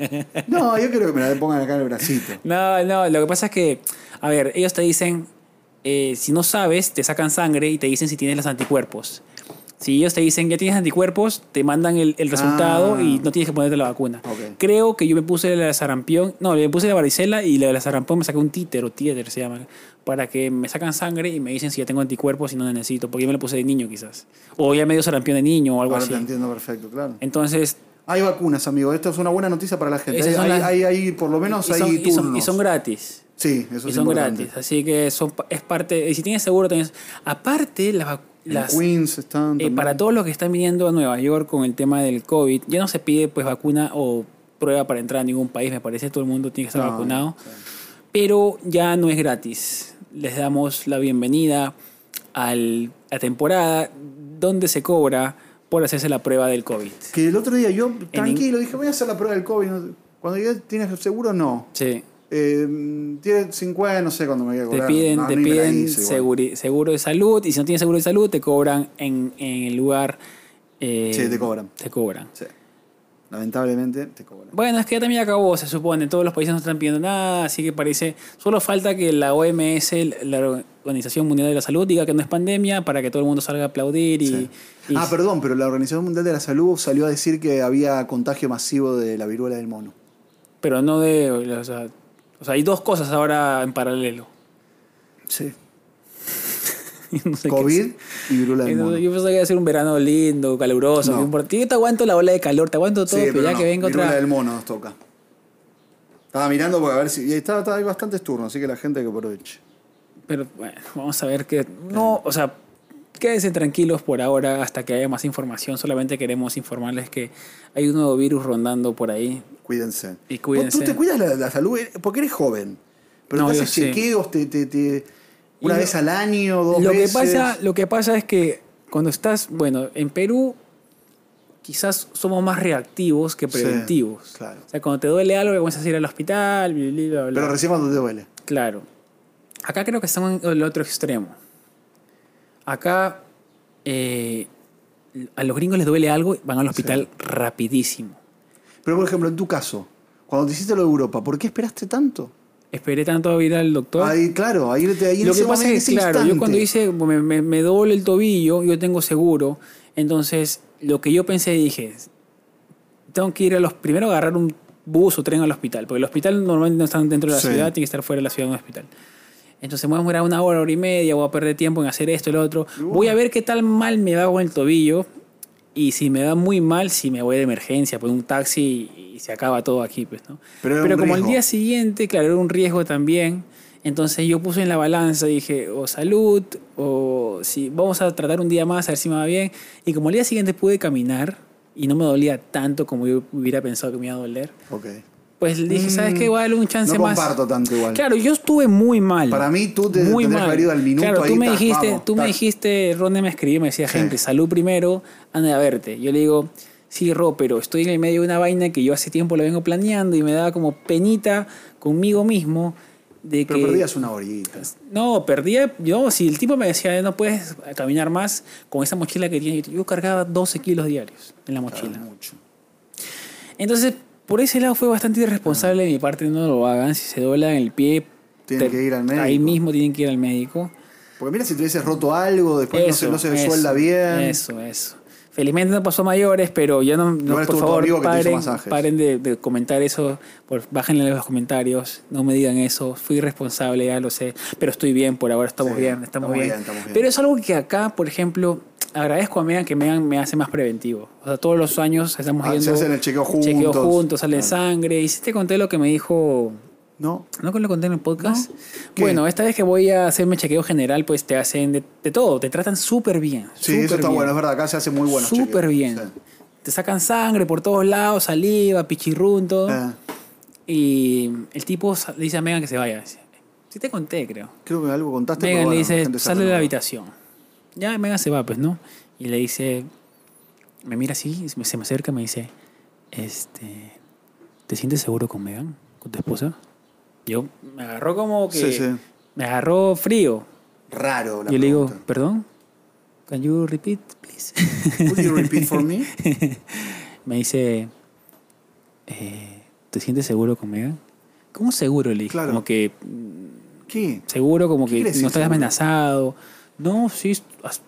No, yo quiero que me la pongan acá en el bracito.
No, no, lo que pasa es que, a ver, ellos te dicen, eh, si no sabes, te sacan sangre y te dicen si tienes los anticuerpos. Si ellos te dicen ya tienes anticuerpos, te mandan el, el resultado
Ah.
y no tienes que ponerte la vacuna.
Ok.
Creo que yo me puse la sarampión, no, me puse la varicela y la de la sarampión me saqué un títer o títer se llama, para que me sacan sangre y me dicen si ya tengo anticuerpos y no la necesito, porque yo me la puse de niño quizás. O ya me dio sarampión de niño o algo
Ahora
así.
Ah,
Eh.
te entiendo perfecto, claro.
Entonces,
Hay vacunas, amigo. Esto es una buena noticia para la gente.
Esas
Hay,
son
hay,
las-
hay- hay- por lo menos
y son-
hay
y son-
turnos.
y son gratis.
Sí, eso
y
es
son
importante.
gratis. Así que son, pa- es parte. Y si tienes seguro, también. Aparte, las, vacu-
En
las-
Queens están.
eh,
también.
para todos los que están viniendo a Nueva York con el tema del COVID, ya no se pide pues vacuna o prueba para entrar a ningún país, me parece. Todo el mundo tiene que estar
No,
vacunado. Pero ya no es gratis. Les damos la bienvenida al- a la temporada donde se cobra por hacerse la prueba del COVID.
Que el otro día yo, tranquilo,
Ing-
dije, voy a hacer la prueba del COVID. no- Cuando yo tienes seguro, no.
Sí.
Eh, tienes 50, no sé cuándo me voy
Te
a cobrar.
piden,
No,
te
ni me la
piden
hice igual.
seguri- seguro de salud y si no tienes seguro de salud te cobran en, en el lugar. eh,
Sí, te cobran.
Te cobran.
Sí. Lamentablemente, te cobran.
Bueno, es que ya también acabó, se supone. Todos los países no están pidiendo nada, así que parece. Solo falta que la OMS, la Organización Mundial de la Salud, diga que no es pandemia para que todo el mundo salga a aplaudir y.
Sí.
y-
Ah, perdón, pero la Organización Mundial de la Salud salió a decir que había contagio masivo de la viruela del mono.
Pero no de. O sea, o sea, hay dos cosas ahora en paralelo.
Sí.
No sé qué
COVID
es.
y viruela del mono.
Eh, Yo pensaba que iba a ser un verano lindo, caluroso.
No.
que por- Yo te aguanto la ola de calor, te aguanto todo,
Sí,
pero, ya
no,
que venga
viruela
otra.
del mono nos toca. Estaba mirando para ver si. y estaba, estaba- hay bastantes turnos, así que la gente que aproveche.
Pero bueno, vamos a ver que no, o sea, quédense tranquilos por ahora hasta que haya más información. Solamente queremos informarles que hay un nuevo virus rondando por ahí.
Cuídense.
Y cuídense.
Vos- Tú te cuidas la, la salud eh, porque eres joven. Pero
No,
te
yo
haces
sí.
chequeos, te, te- te- una
Y lo-
vez al año, dos
Lo que
veces.
pasa, lo que pasa es que cuando estás, bueno, en Perú quizás somos más reactivos que
Sí,
preventivos.
claro.
O sea, cuando te duele algo, comienzas a ir al hospital, bla, bla, bla, bla.
Pero recién cuando te duele.
Claro. Acá creo que estamos en el otro extremo. Acá eh, a los gringos les duele algo, van al hospital rapidísimo.
Pero por ejemplo, en tu caso, cuando te hiciste lo de Europa, ¿por qué esperaste tanto?
Esperé tanto a ir al doctor.
Ahí, claro, ahí, te- ahí en
lo
ese
que pasa
momento,
es que,
en ese
claro, yo
instante.
cuando hice, me, me- me doble el tobillo, yo tengo seguro. Entonces, lo que yo pensé, dije, tengo que ir a los. Primero agarrar un bus o tren al hospital, porque el hospital normalmente no está dentro de la
Sí.
ciudad, tiene que estar fuera de la ciudad un hospital. Entonces, me voy a demorar una hora, hora y media, voy a perder tiempo en hacer esto y lo otro. Voy a ver qué tal mal me va con el tobillo. Y si me va muy mal, si me voy de emergencia, por un taxi y, y se acaba todo aquí, pues, ¿no?
Pero
Pero,
era un
como el
riesgo.
día siguiente, claro, era un riesgo también. Entonces yo puse en la balanza, dije, o salud, o si vamos a tratar un día más, a ver si me va bien. Y como el día siguiente pude caminar y no me dolía tanto como yo hubiera pensado que me iba a doler,
Ok.
pues le dije, ¿sabes qué? Voy a darle un chance
Mm, No
más.
comparto tanto igual.
Claro, yo estuve muy mal.
Para mí, tú te
muy
tendrías que
mal.
haber ido al minuto
Claro,
ahí,
tú me
tac,
dijiste,
vamos,
tú me
tac.
dijiste, Ronde me escribió, me decía,
Sí.
gente, salud primero, anda a verte. Yo le digo, sí, Ro, pero estoy en el medio de una vaina que yo hace tiempo la vengo planeando y me daba como penita conmigo mismo de
Pero
que.
perdías una horita.
No, perdía. Yo, si el tipo me decía, "Eh, no puedes caminar más con esa mochila que tienes, yo- yo cargaba 12 kilos diarios en la mochila.
Claro, mucho.
Entonces, por ese lado fue bastante irresponsable de mi parte, no lo hagan. Si se doblan el pie,
Tienen que ir al médico.
Ahí mismo tienen que ir al médico.
Porque mira, si te hubieses roto algo, después no se, no se
eso,
suelda bien.
Eso, eso. Felizmente no pasó a mayores, pero ya no, no,
estuvo
por
tu
favor,
amigo que te hizo
paren,
masajes.
paren de, de comentar eso, por, bájenle los comentarios, no me digan eso, fui irresponsable, ya lo sé, pero estoy bien, por ahora estamos
Sí,
bien, estamos, bien.
estamos bien.
Pero es algo que acá, por ejemplo, agradezco a Megan que Megan me hace más preventivo. O sea, todos los años estamos
Ah, se
yendo
hacen el chequeo juntos. Ah.
chequeo juntos, salen
Claro.
sangre, y si te conté lo que me dijo
No.
¿No que lo conté en el podcast?
¿Qué?
Bueno, esta vez que voy a hacerme chequeo general, pues te hacen de, de todo, te tratan súper bien.
Sí, eso está bueno, es verdad. Acá se hace muy bueno.
Súper bien. Te sacan sangre por todos lados, saliva, pichirrun, todo.
Eh,
Y el tipo sa- le dice a Megan que se vaya. Dice, Sí te conté, creo.
creo que algo contaste.
Megan
pero
le
bueno, la
dice,
gente se
sale de la
renueva.
habitación. Ya Megan se va, pues, ¿no? Y le dice, me mira así, se me- se me acerca y me dice, este, ¿te sientes seguro con Megan, con tu esposa? Yo me agarró como que,
Sí, sí.
me agarró frío.
Raro la
yo le digo,
pregunta.
¿perdón? Can you repeat, please?
Would you repeat for me?
me dice, eh, ¿te sientes seguro con Megan? ¿Cómo seguro, le dije?
Claro.
Como que mm,
¿Qué?
seguro, como
¿Qué
que no
quiere decir
estás
seguro?
amenazado. No, sí. es- as-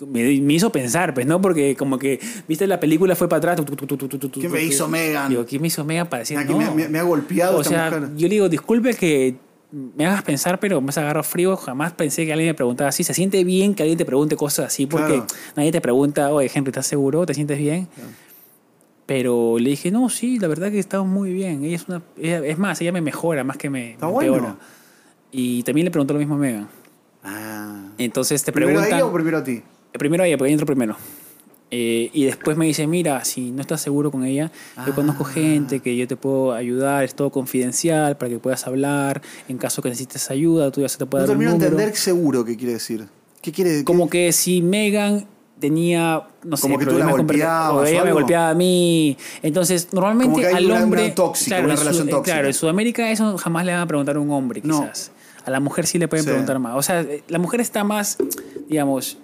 Me, me hizo pensar, pues, ¿no? Porque como que, viste, la película fue para atrás. tu, tu, tu, tu, tu, tu, tu,
¿Qué
tu,
me
tu.
hizo Megan?
Digo, ¿qué me hizo Megan para decir
Mira que
no?
me, me- me ha golpeado
O
esta
sea,
mujer.
yo le digo, disculpe que me hagas pensar, pero me has agarrado frío. Jamás pensé que alguien me preguntara así. Se siente bien que alguien te pregunte cosas así, porque
Claro.
nadie te pregunta, oye, Henry, ¿estás seguro? ¿Te sientes bien? Pero le dije, no, sí, la verdad que estamos muy bien. Ella es una. ella- es más, ella me mejora más que me,
Está
me
bueno.
empeora. Y también le preguntó lo mismo a Megan.
Ah.
Entonces te
¿Primero a
preguntan.
ella o primero a ti?
Primero a ella, porque ella entró primero. Eh, y después me dice, mira, si no estás seguro con ella, yo conozco
Ah.
gente que yo te puedo ayudar, es todo confidencial para que puedas hablar, en caso que necesites ayuda, tú ya se te puede
No
dar un
termino de
número.
entender seguro qué quiere decir. ¿Qué quiere decir?
Como que si Megan tenía, no sé,
Como que tú la
problemas con-
golpeabas
o ella
o
me
algo.
golpeaba a mí. Entonces, normalmente
Como que hay
al
una- una
hombre...
tóxica, una
en Sud-
relación
eh,
tóxica.
Claro, en Sudamérica eso jamás le van a preguntar a un hombre,
No.
quizás. A la mujer sí le pueden
Sí.
preguntar más. O sea, eh, la mujer está más, digamos,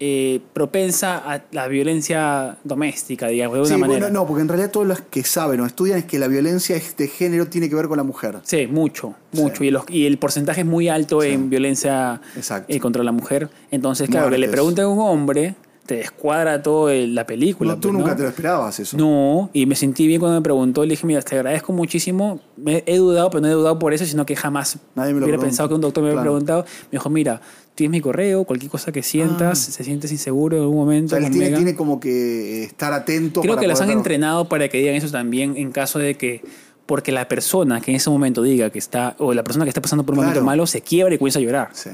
eh, propensa a la violencia doméstica, digamos, de una
Sí, bueno,
manera.
no, porque en realidad todos los que saben o estudian es que la violencia de género tiene que ver con la mujer.
Sí, mucho,
Sí.
mucho. Y, los, y el porcentaje es muy alto
Sí.
en violencia
Exacto.
eh, contra la mujer. Entonces, claro, que le
Muertes.
pregunten a un hombre, te descuadra toda la película.
No, tú
pues,
nunca
¿no?
te lo esperabas eso.
No, y me sentí bien cuando me preguntó. Le dije, mira, te agradezco muchísimo. Me he dudado, pero no he dudado por eso, sino que jamás
Nadie me lo
hubiera
preguntó.
pensado que un doctor me hubiera
Claro.
preguntado. Me dijo, mira, tienes mi correo, cualquier cosa que sientas, se sientes inseguro en algún momento.
Ah. O sea, él
con
tiene,
Megan".
tiene como que estar atento.
Creo
para
que las han
poder-
entrenado para que digan eso también en caso de que... Porque la persona que en ese momento diga que está... O la persona que está pasando por un momento
Claro.
malo se quiebra y comienza a llorar.
Sí.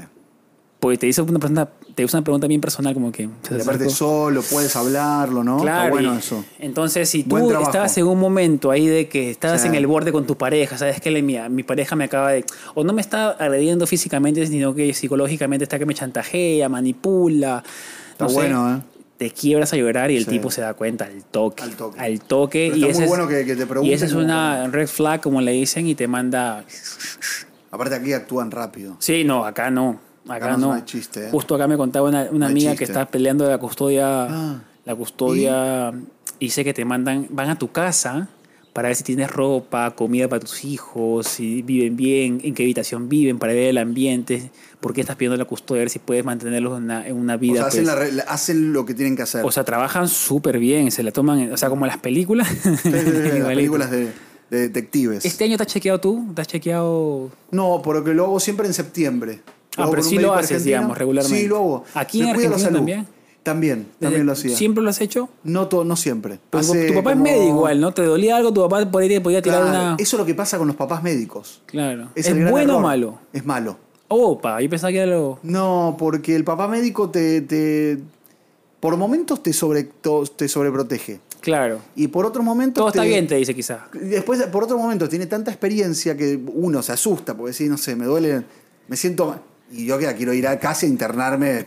Porque te dice una, persona, te hizo una pregunta bien personal como que... se
Y
te
aparte
acercó.
solo, puedes hablarlo, ¿no? Está
Claro.
bueno
y-
eso.
Entonces, si
Buen
tú
trabajo.
estabas en un momento ahí de que estabas
Sí.
en el borde con tu pareja, sabes que le- mi, mi pareja me acaba de. O no me está agrediendo físicamente, sino que psicológicamente está que me chantajea, manipula.
Está
no sé,
bueno, ¿eh?
Te quiebras a llorar y el
Sí.
tipo se da cuenta al toque.
Al toque.
toque,
Pero
y
está
ese
muy
es-
bueno que, que te
y
pregunten.
esa es
como-
una red flag, como le dicen, y te manda.
Aparte aquí actúan rápido.
Sí, no, acá no. Acá,
Acá no
no.
hay chiste, ¿eh?
Justo acá me contaba una, una
No hay
amiga que
chiste.
está peleando la custodia.
Ah,
La custodia. ¿Y? sé que te mandan, van a tu casa para ver si tienes ropa, comida para tus hijos, si viven bien, en qué habitación viven, para ver el ambiente, por qué estás pidiendo la custodia, a ver si puedes mantenerlos en una, en una
O sea,
vida.
hacen,
pues.
la re- la- hacen lo que tienen que hacer.
O sea, trabajan súper bien, se la toman, o sea, como las películas.
Sí, sí, sí, las
Igualito.
películas de, de detectives.
Este año te has chequeado tú, te has chequeado
No, porque lo hago siempre en septiembre.
Ah,
hago
pero
con un
sí lo
médico
haces, digamos, regularmente.
Sí, lo hago.
¿Aquí en
Me cuido la
Argentina
salud.
también?
También, también lo hacía.
¿Siempre lo has hecho?
No, to- no siempre.
Pero
Hace
tu papá
como-
es médico igual, ¿no? Te dolía algo, tu papá por ahí te podía tirar
Claro,
una...
Eso es lo que pasa con los papás médicos.
Claro. ¿Es,
el
bueno
gran
o
error.
malo?
Es malo.
Opa, yo pensaba que era lo...
No, porque el papá médico te, te- por momentos te, sobre, to- te sobreprotege.
Claro.
Y por otros momentos...
Todo está
te-
bien, te dice quizá.
Después, por otro momento, tiene tanta experiencia que uno se asusta, porque decís, no sé, me duele, me siento. mal. Y yo que quiero ir a casa a internarme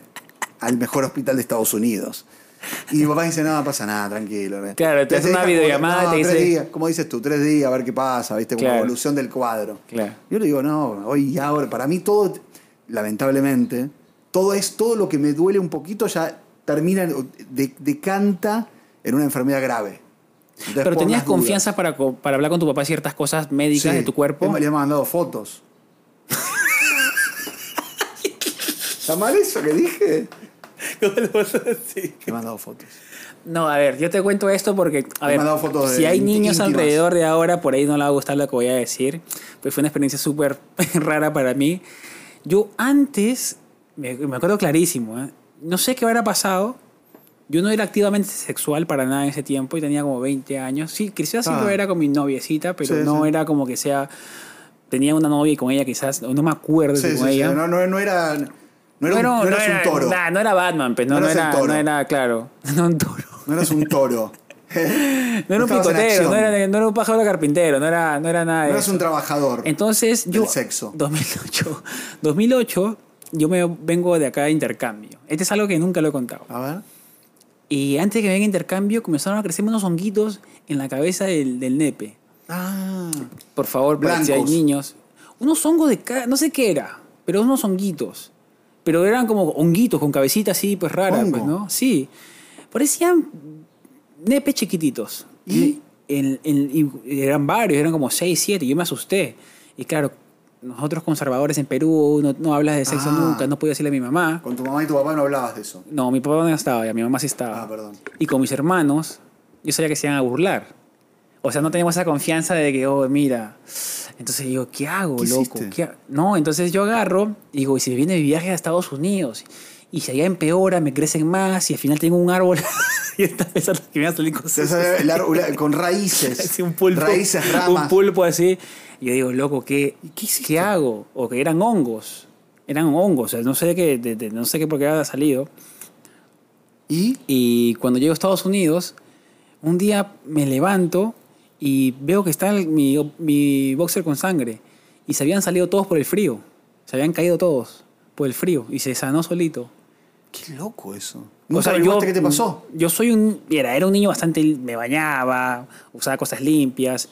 al mejor hospital de Estados Unidos. Y mi papá dice, no, pasa nada, tranquilo. ¿eh?".
Claro, te
Y
hace
así
una
como,
videollamada,
"No,
te
tres
dice-
días", como dices tú, tres días, a ver qué pasa, ¿viste? Como
Claro.
la evolución del cuadro.
Claro.
Yo le digo, no, hoy y ahora, para mí todo, lamentablemente, todo es todo lo que me duele un poquito ya termina, en- de- decanta en una enfermedad grave. Entonces,
Pero
por
tenías
las dudas.
confianza para, co- para hablar con tu papá ciertas cosas médicas
Sí.
de tu cuerpo.
Le hemos mandado fotos. ¿Está mal eso que dije? Le he mandado fotos.
No, a ver, yo te cuento esto porque, a
Me
ver,
han mandado fotos de
si hay
ínti-
niños
íntimas.
alrededor de ahora, por ahí no les va a gustar lo que voy a decir, pues fue una experiencia súper rara para mí. Yo antes, me, me acuerdo clarísimo, ¿eh? no sé qué hubiera pasado, yo no era activamente sexual para nada en ese tiempo y tenía como 20 años. Sí, quizás sí
Ah.
lo era con mi noviecita, pero
Sí,
no
sí.
era como que sea, tenía una novia y con ella quizás, no me acuerdo si
Sí, sí,
con
sí.
ella.
No, no, no era. No, era un-
Bueno,
no eras un toro.
nah, no era Batman, pues, no,
No
no
eras el
era,
toro.
no era, claro, no un toro.
No eras un toro.
No era un
Estabas en
picotero,
acción.
no era, no era un pájaro carpintero, no era, no era nada
No
de
eras
eso.
un trabajador.
Entonces yo...
del sexo.
2008. 2008, yo me vengo de acá de intercambio. Este es algo que nunca lo he contado.
A ver.
Y antes de que me venga a intercambio, comenzaron a crecerme unos honguitos en la cabeza del, del nepe.
Ah.
Por favor, para si hay
Blancos.
niños. Unos hongos de... ca- No sé qué era, pero unos honguitos. pero eran como honguitos con cabecitas así, pues raras,
Hongo.
pues, ¿no? Sí. Parecían nepes chiquititos.
¿Y?
En- en- y eran varios, eran como 6, 7, yo me asusté. Y claro, nosotros conservadores en Perú, no, no hablas de sexo
Ah.
nunca, no podía decirle a mi mamá.
Con tu mamá y tu papá no hablabas de eso.
No, mi papá no estaba, ya mi mamá sí estaba.
Ah, perdón.
Y con mis hermanos, yo sabía que se iban a burlar. O sea, no teníamos esa confianza de que, oh, mira. Entonces digo, ¿qué hago,
¿Qué
loco?
hiciste?
¿Qué ha-?" No, entonces yo agarro y digo, y si me viene mi viaje a Estados Unidos, y si allá empeora, me crecen más, y al final tengo un árbol, y está pensando que me va a salir con
Te sale el árbol- la- con raíces.
así un pulpo.
Raíces, ramas.
Un pulpo así. Y yo digo, loco, ¿qué,
¿Y qué
qué,
hiciste?
hago? O que eran hongos. Eran hongos. O sea, no sé de qué, de- de- no sé qué por qué había salido.
¿Y?
Y cuando llego a Estados Unidos, un día me levanto y veo que está el- mi, mi boxer con sangre. Y se habían salido todos por el frío. Se habían caído todos por el frío. Y se sanó solito.
Qué loco eso.
O
¿Nunca
sea,
averiguaste qué te pasó?
Yo soy un. Era, era un niño bastante. Me bañaba, usaba cosas limpias.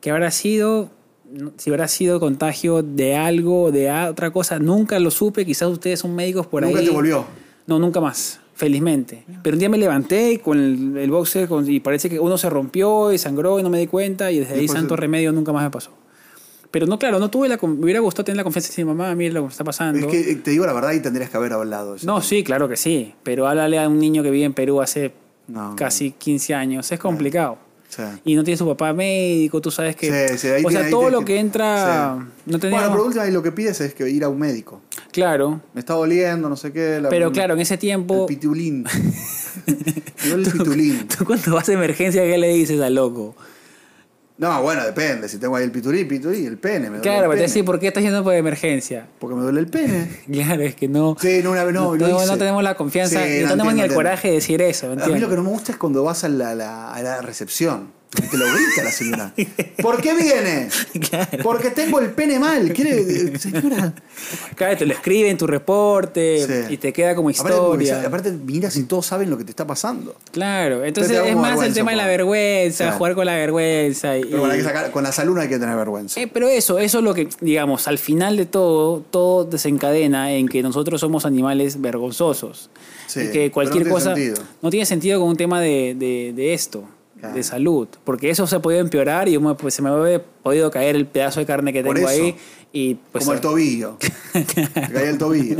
¿Qué habrá sido? No, Si habrá sido contagio de algo, de a- otra cosa, nunca lo supe. Quizás ustedes son médicos por ahí.
Nunca te volvió.
No, nunca más, felizmente. Pero un día me levanté con el, el boxer con- y parece que uno se rompió y sangró y no me di cuenta y desde ahí
Después
santo
se-
remedio nunca más me pasó. Pero no, claro, no tuve la... con- Me hubiera gustado tener la confianza de decir, mamá, mira lo que me está pasando.
Es que eh, te digo la verdad y tendrías que haber hablado. eso.
No, sí, claro que sí. Pero háblale a un niño que vive en Perú hace
No.
casi 15 años.
Ah.
Es complicado.
O sea,
Y no tiene su papá médico, tú sabes que...
Sí, sí, ahí
o sea,
tiene- ahí
todo
tienes
lo
que-
que entra... No teníamos...
Bueno, por último, ahí lo que pides es que ir a un médico.
Claro.
Me está doliendo, no sé qué. la-
Pero claro, en ese
El
tiempo...
pitulín. Me duele el pitulín.
¿Tú cuando vas a emergencia qué le dices al loco?
No, bueno, depende. Si tengo ahí el pitulín, pitulín, el pene. Me duele
Claro,
el
pero te
pene.
decís, ¿por qué estás yendo por emergencia?
Porque me duele el pene.
Claro, es que no...
Sí, no, una vez no,
no,
lo
no-
hice.
no tenemos la confianza,
Sí,
no, tenemos ni
entiendo,
el
entiendo.
coraje de decir eso,
A mí
¿entiendes?
lo que no me gusta es cuando vas a la, la- a la recepción. Y te lo grita la señora. ¿Por qué viene?
Claro,
Porque tengo el pene mal. ¿Quiere, eh, señora?
claro, te lo escriben tu reporte
Sí.
Eh, y te queda como
Aparte, porque
historia.
sa- Aparte, mira si todos saben lo que te está pasando.
Claro, entonces
da
es
como
más el
vergüenza
tema
un
de la
poco.
vergüenza,
Claro.
jugar con la vergüenza. Y,
Pero bueno, hay que sacar- con la salud no hay que tener vergüenza.
Eh, pero eso, eso es lo que, digamos, al final de todo, todo desencadena en que nosotros somos animales vergonzosos. y
Sí, pero
que
no
cualquier
tiene
cosa
sentido.
no tiene sentido con un tema de, de- de esto,
Claro.
de salud, porque eso se ha podido empeorar y yo me- pues, se me ha podido caer el pedazo de carne que
Por
tengo
eso.
ahí. Y, pues,
Como el tobillo. Te caía el tobillo.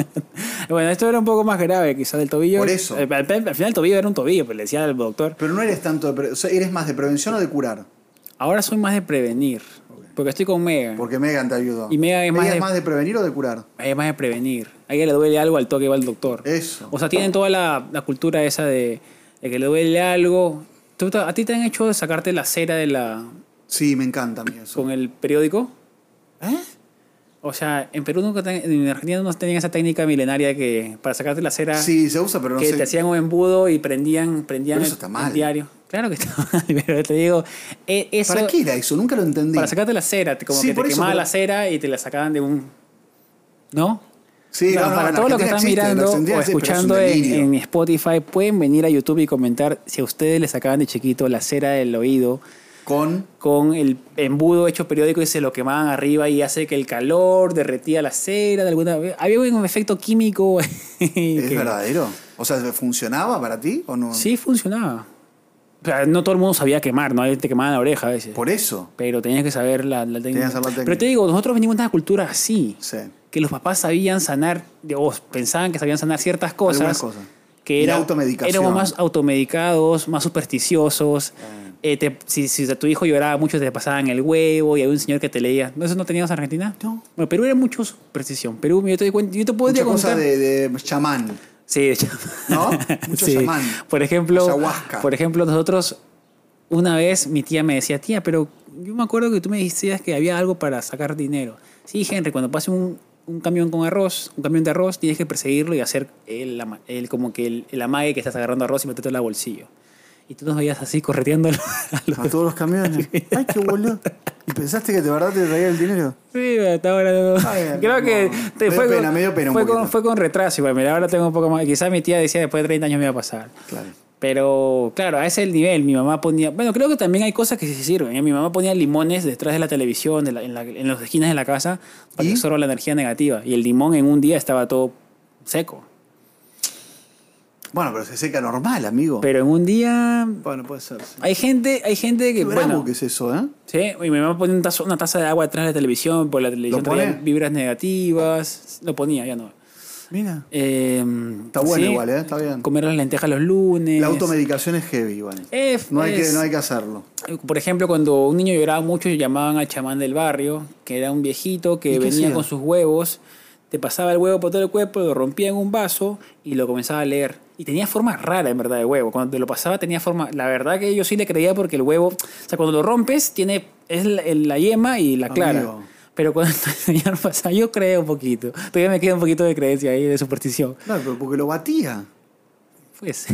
bueno, esto era un poco más grave quizás del tobillo.
Por eso.
Eh, Al, al final el tobillo era un tobillo, pero le decía al doctor,
Pero no eres tanto de pre- o sea, eres más de prevención o de curar.
ahora soy más de prevenir, porque estoy con Mega.
Porque Megan te ayudó.
Y Megan es más
¿Ella
de-
más de prevenir o de curar?
Es más de prevenir. A ella le duele algo al toque va al doctor.
Eso.
O sea, tienen toda la, la cultura esa de, de que le duele algo. ¿Tú te- ¿A ti te han hecho sacarte la cera de la,
Sí, me encanta a mí eso.
con el periódico?
¿Eh?
O sea, en Perú nunca te- en Argentina no tenían esa técnica milenaria que para sacarte la cera
Sí, se usa, pero no
que
sé.
te hacían un embudo y prendían, prendían
Pero eso
el-
está
el
mal.
diario. Claro que está mal, pero te digo, e- eso
¿Para qué era eso? Nunca lo entendí.
para sacarte la cera, te- como
Sí,
que te
por eso,
quemaba
pero-
la cera y te la sacaban de un ¿No?
Sí,
No,
no, no,
para
en
todos los que
Argentina
están
existe, en
mirando
Argentina
o
sí, pero es un
escuchando en,
delirio.
en Spotify, pueden venir a YouTube y comentar si a ustedes les sacaban de chiquito la cera del oído
Con.
con el embudo hecho periódico y se lo quemaban arriba y hace que el calor derretía la cera de alguna Había un efecto químico.
¿Es
que-
verdadero? O sea, ¿funcionaba para ti o no?
Sí, funcionaba. O sea, no todo el mundo sabía quemar, ¿no? Hay gente que quemaba la oreja a veces.
Por eso.
Pero tenías que saber la, la técnica.
que saber la técnica.
Pero te digo, nosotros venimos de una cultura así.
Sí.
Que los papás sabían sanar, o pensaban que sabían sanar ciertas cosas.
Algunas cosas.
que
Y la
era,
automedicación. Ah.
éramos más automedicados, más supersticiosos. Eh, te- si, si tu hijo lloraba mucho, te pasaban el huevo y había un señor que te leía. ¿No eso no teníamos en Argentina?
No.
Bueno, Perú era mucho superstición. Perú, yo te, doy cuenta- yo te podría
Mucha cosa
contar.
de, de chamán.
Sí, de hecho.
¿No? Mucho chamán.
Por ejemplo,
Ayahuasca.
por ejemplo, nosotros una vez mi tía me decía, tía, pero yo me acuerdo que tú me decías que había algo para sacar dinero. Sí, Henry, cuando pase un, un camión con arroz, un camión de arroz, tienes que perseguirlo y hacer el, ama- el- como que el, el amague que estás agarrando arroz y meterlo en el bolsillo. Y tú nos veías así correteando a los...
A todos los camiones. Ay, qué boludo. ¿Y pensaste que de verdad te traía el dinero?
Sí, hasta ahora no.
Está bien,
Creo
no.
que
Me dio
fue,
pena,
con,
me dio pena un
fue, con,
poquito.
fue con retraso. Igual, mira, ahora tengo un poco más. Quizás mi tía decía después de 30 años me iba a pasar.
Claro.
Pero claro, a ese el nivel. Mi mamá ponía. Bueno, creo que también hay cosas que sí sirven. ¿eh? Mi mamá ponía limones detrás de la televisión, de la- en, la- en las esquinas de la casa, para
¿Y?
que absorba la energía negativa. Y el limón en un día estaba todo seco.
Bueno, pero se seca normal, amigo.
Pero en un día
bueno, puede ser. sí.
hay gente, hay gente que
Qué bravo
bueno,
que es eso, ¿eh?
sí, y mi mamá pone un tazo- una taza de agua detrás de la televisión, por la televisión traía
pone?
vibras negativas, lo ponía, ya no.
Mira.
Eh,
Está bueno igual, ¿eh? Está bien.
Comer las lentejas los lunes.
La automedicación es heavy, igual.
Eh,
No hay, que,
es-
no hay que hacerlo.
Por ejemplo, cuando un niño lloraba mucho, llamaban al chamán del barrio, que era un viejito
¿Y
que
qué
venía
hacía?
con sus huevos, te pasaba el huevo por todo el cuerpo, lo rompía en un vaso y lo comenzaba a leer. Y tenía forma rara, en verdad, de huevo. Cuando te lo pasaba tenía forma... La verdad que yo sí le creía porque el huevo... O sea, cuando lo rompes, tiene es la, el- la yema y la clara.
Amigo.
Pero cuando te enseñaron pasaba, yo creo un poquito. Todavía me queda un poquito de creencia ahí, de superstición.
Claro, pero porque lo batía.
Pues.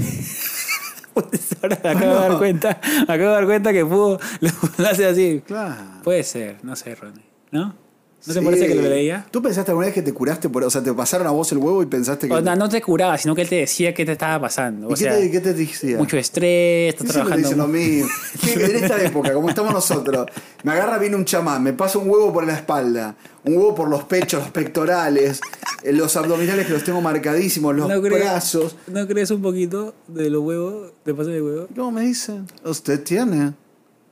pues ahora me acabo de dar cuenta. Me acabo de dar cuenta que pudo. Lo hace así.
Claro.
Puede ser, no sé, Ronnie. ¿No? ¿No te
Sí.
parece que lo leía?
¿Tú pensaste alguna vez que te curaste por.? O sea, te pasaron a vos el huevo y pensaste que.
O sea, Oh, no te curaba, sino que él te decía qué te estaba pasando.
¿Y
O
qué,
sea,
te, qué te decía?
mucho estrés,
Yo
estás
siempre te
trabajando.
dicen lo mismo. Sí, en esta época, como estamos nosotros, me agarra bien un chamán, me pasa un huevo por la espalda, un huevo por los pechos, los pectorales, eh, los abdominales que los tengo marcadísimos, los
¿No crees-
brazos.
¿No crees un poquito de los huevos? ¿Te pasa de huevo?
¿Cómo me dicen? Usted tiene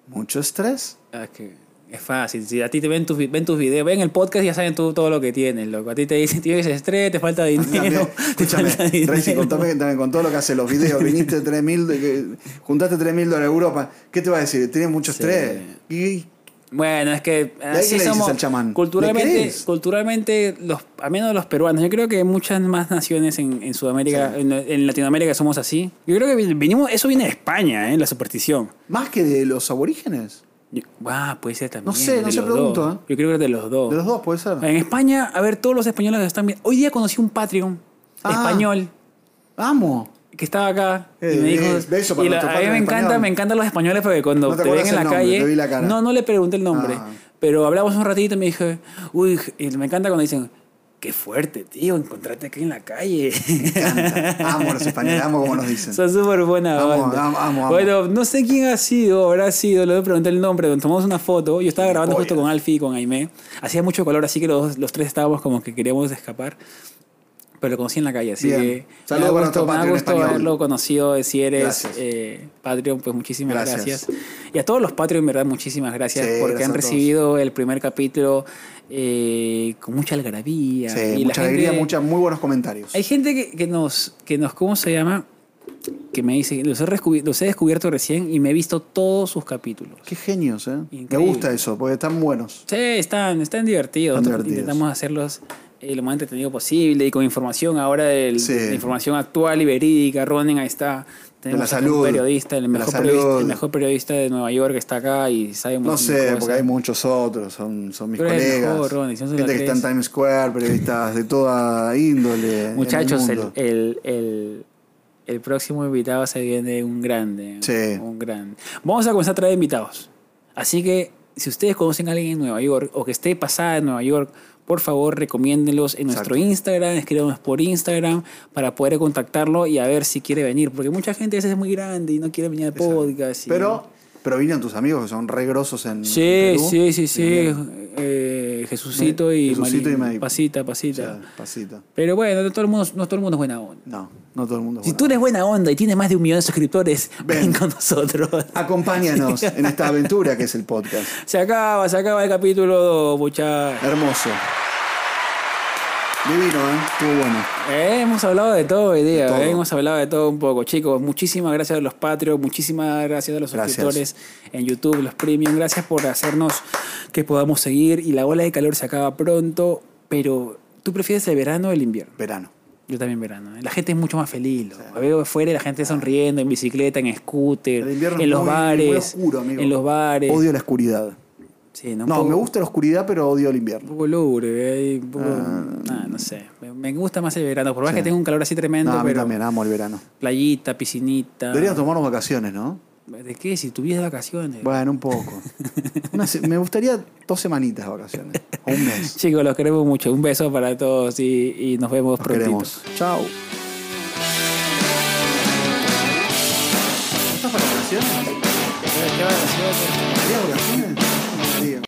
mucho estrés.
Ah, es que es fácil. Si a ti te ven tus, vi- ven tus videos, ven el podcast, ya saben tú todo lo que tienes, loco. A ti te dicen, tienes estrés, te falta
También,
dinero. te
Escúchame,
falta dinero.
Reci, contame que también con todo lo que hace los videos, viniste 3.000, de que- juntaste 3.000 dólares a Europa, ¿qué te va a decir? Tienes mucho
Sí.
estrés. Y-
Bueno, es que
qué
así
le dices
somos
al chamán? ¿Le
culturalmente,
crees?
culturalmente los a menos los peruanos, yo creo que muchas más naciones en, en Sudamérica, en, en Latinoamérica somos así. Yo creo que vin- vinimos, eso viene de España, ¿eh? la superstición.
más que de los aborígenes.
Yo- Ah, puede ser también.
No sé,
de
no sé,
los
pregunto,
dos.
¿eh?
Yo creo que de los dos.
De los dos puede ser.
En España, a ver, todos los españoles que están bien. Hoy día conocí un Patreon
Ah.
español
Amo.
que estaba acá y
Eh,
me dijo
eh, beso para
y la-
nuestro
a mí
Patreon
me encanta
español.
me encantan los españoles porque cuando
No te
te, ven
acuerdas
en la
el nombre,
calle
te vi la cara.
no no le pregunté el nombre
Ah.
pero hablamos un ratito y me dije uy y me encanta cuando dicen qué fuerte tío encontrarte aquí en la calle
encanta. Amo a los españoles, amo como nos dicen.
son súper buena
Amo,
banda.
amo, amo, amo.
bueno no sé quién ha sido habrá sido le pregunté el nombre tomamos una foto yo estaba grabando justo
Pollas.
con Alfie y con Aimé hacía mucho calor así que los, los tres estábamos como que queríamos escapar pero lo conocí en la calle, así
Bien.
que
Saludos para
me ha
nuestro
gustado me ha
Patreon
gustado
español.
haberlo conocido. Si eres
Gracias.
eh, Patreon, pues muchísimas
Gracias.
gracias. Y a todos los Patreon, en verdad, muchísimas gracias
Sí,
porque han
gracias a todos.
recibido el primer capítulo eh, con mucha algarabía.
Sí,
y la gente-
mucha alegría, muchas muy buenos comentarios.
Hay gente que, que nos, que nos, ¿cómo se llama? Que me dice, los he, rescubi- los he descubierto recién y me he visto todos sus capítulos.
Qué genios, ¿eh? Me
Increíble.
gusta eso, porque están buenos.
Sí, están, están divertidos.
Están divertidos.
Intentamos hacerlos eh, lo más entretenido posible y con información ahora del-
Sí.
de información actual y verídica. Ronen, ahí está. Tenemos acá un
salud.
periodista, el
De la
mejor periodista,
salud.
el mejor periodista de Nueva York que está acá y sabe un
No
montón de
sé,
cosas.
porque hay muchos otros, son, son mis
Pero eres el
colegas.
mejor, Ronnie, si no se la
gente que está en
crees.
Times Square, periodistas de toda índole. en el
Muchachos, el, eh,
mundo.
el- el- el próximo invitado se viene un grande.
Sí.
Un grande. Vamos a comenzar a traer invitados. Así que si ustedes conocen a alguien en Nueva York o que esté pasada en Nueva York, por favor, recomiéndenlos en nuestro
Exacto.
Instagram, escríbanos por Instagram para poder contactarlo y a ver si quiere venir. Porque mucha gente a veces es muy grande y no quiere venir al
Exacto.
podcast. y- Mm.
Pero, pero vinieron tus amigos que son re grosos en.
Sí,
en Perú.
sí, sí, sí.
Bien.
Eh, Jesucito y
Jesucito y
Mari-
Mari.
Pasita,
O
pasita.
sea, pasito.
Pero bueno, no todo, el mundo, no todo el mundo es buena onda.
No, no todo el mundo. es
Si
bueno.
tú eres buena onda y tienes más de un millón de suscriptores, ven,
Ven.
con nosotros.
Acompáñanos en esta aventura que es el podcast.
Se acaba, se acaba el capítulo 2, muchachos.
Hermoso. Divino, ¿eh? Estuvo bueno.
Eh, hemos hablado de todo hoy día,
De todo.
eh, hemos hablado de todo un poco, chicos. Muchísimas gracias a los Patreons, muchísimas gracias a los
Gracias.
suscriptores en YouTube, los Premium. Gracias por hacernos que podamos seguir. Y la ola de calor se acaba pronto, pero ¿tú prefieres el verano o el invierno?
Verano.
Yo también verano. ¿eh? La gente es mucho más feliz. loco. Veo afuera la gente sonriendo en bicicleta, en scooter,
El invierno
en
es
los
muy- muy
bares,
oscuro, amigo.
en los bares.
Odio la oscuridad.
Sí, ¿no? Un
No,
poco-
me gusta la oscuridad, pero odio el
Un
invierno.
poco lúgubre, ahí, un poco- ah, no sé. Me, me gusta más el verano, por más que tengo un calor así tremendo,
No, a mí
pero
también amo el verano.
playita, piscinita.
Deberíamos tomarnos vacaciones, ¿no?
¿De qué? Si tuvieras vacaciones.
Bueno, un poco. Una se- me gustaría dos semanitas de vacaciones. O un mes.
Chicos, los queremos mucho. Un beso para todos y, y nos vemos
Los
prontito.
queremos. Chao. ¿Estás para vacaciones? ¿Querías vacaciones? Sí.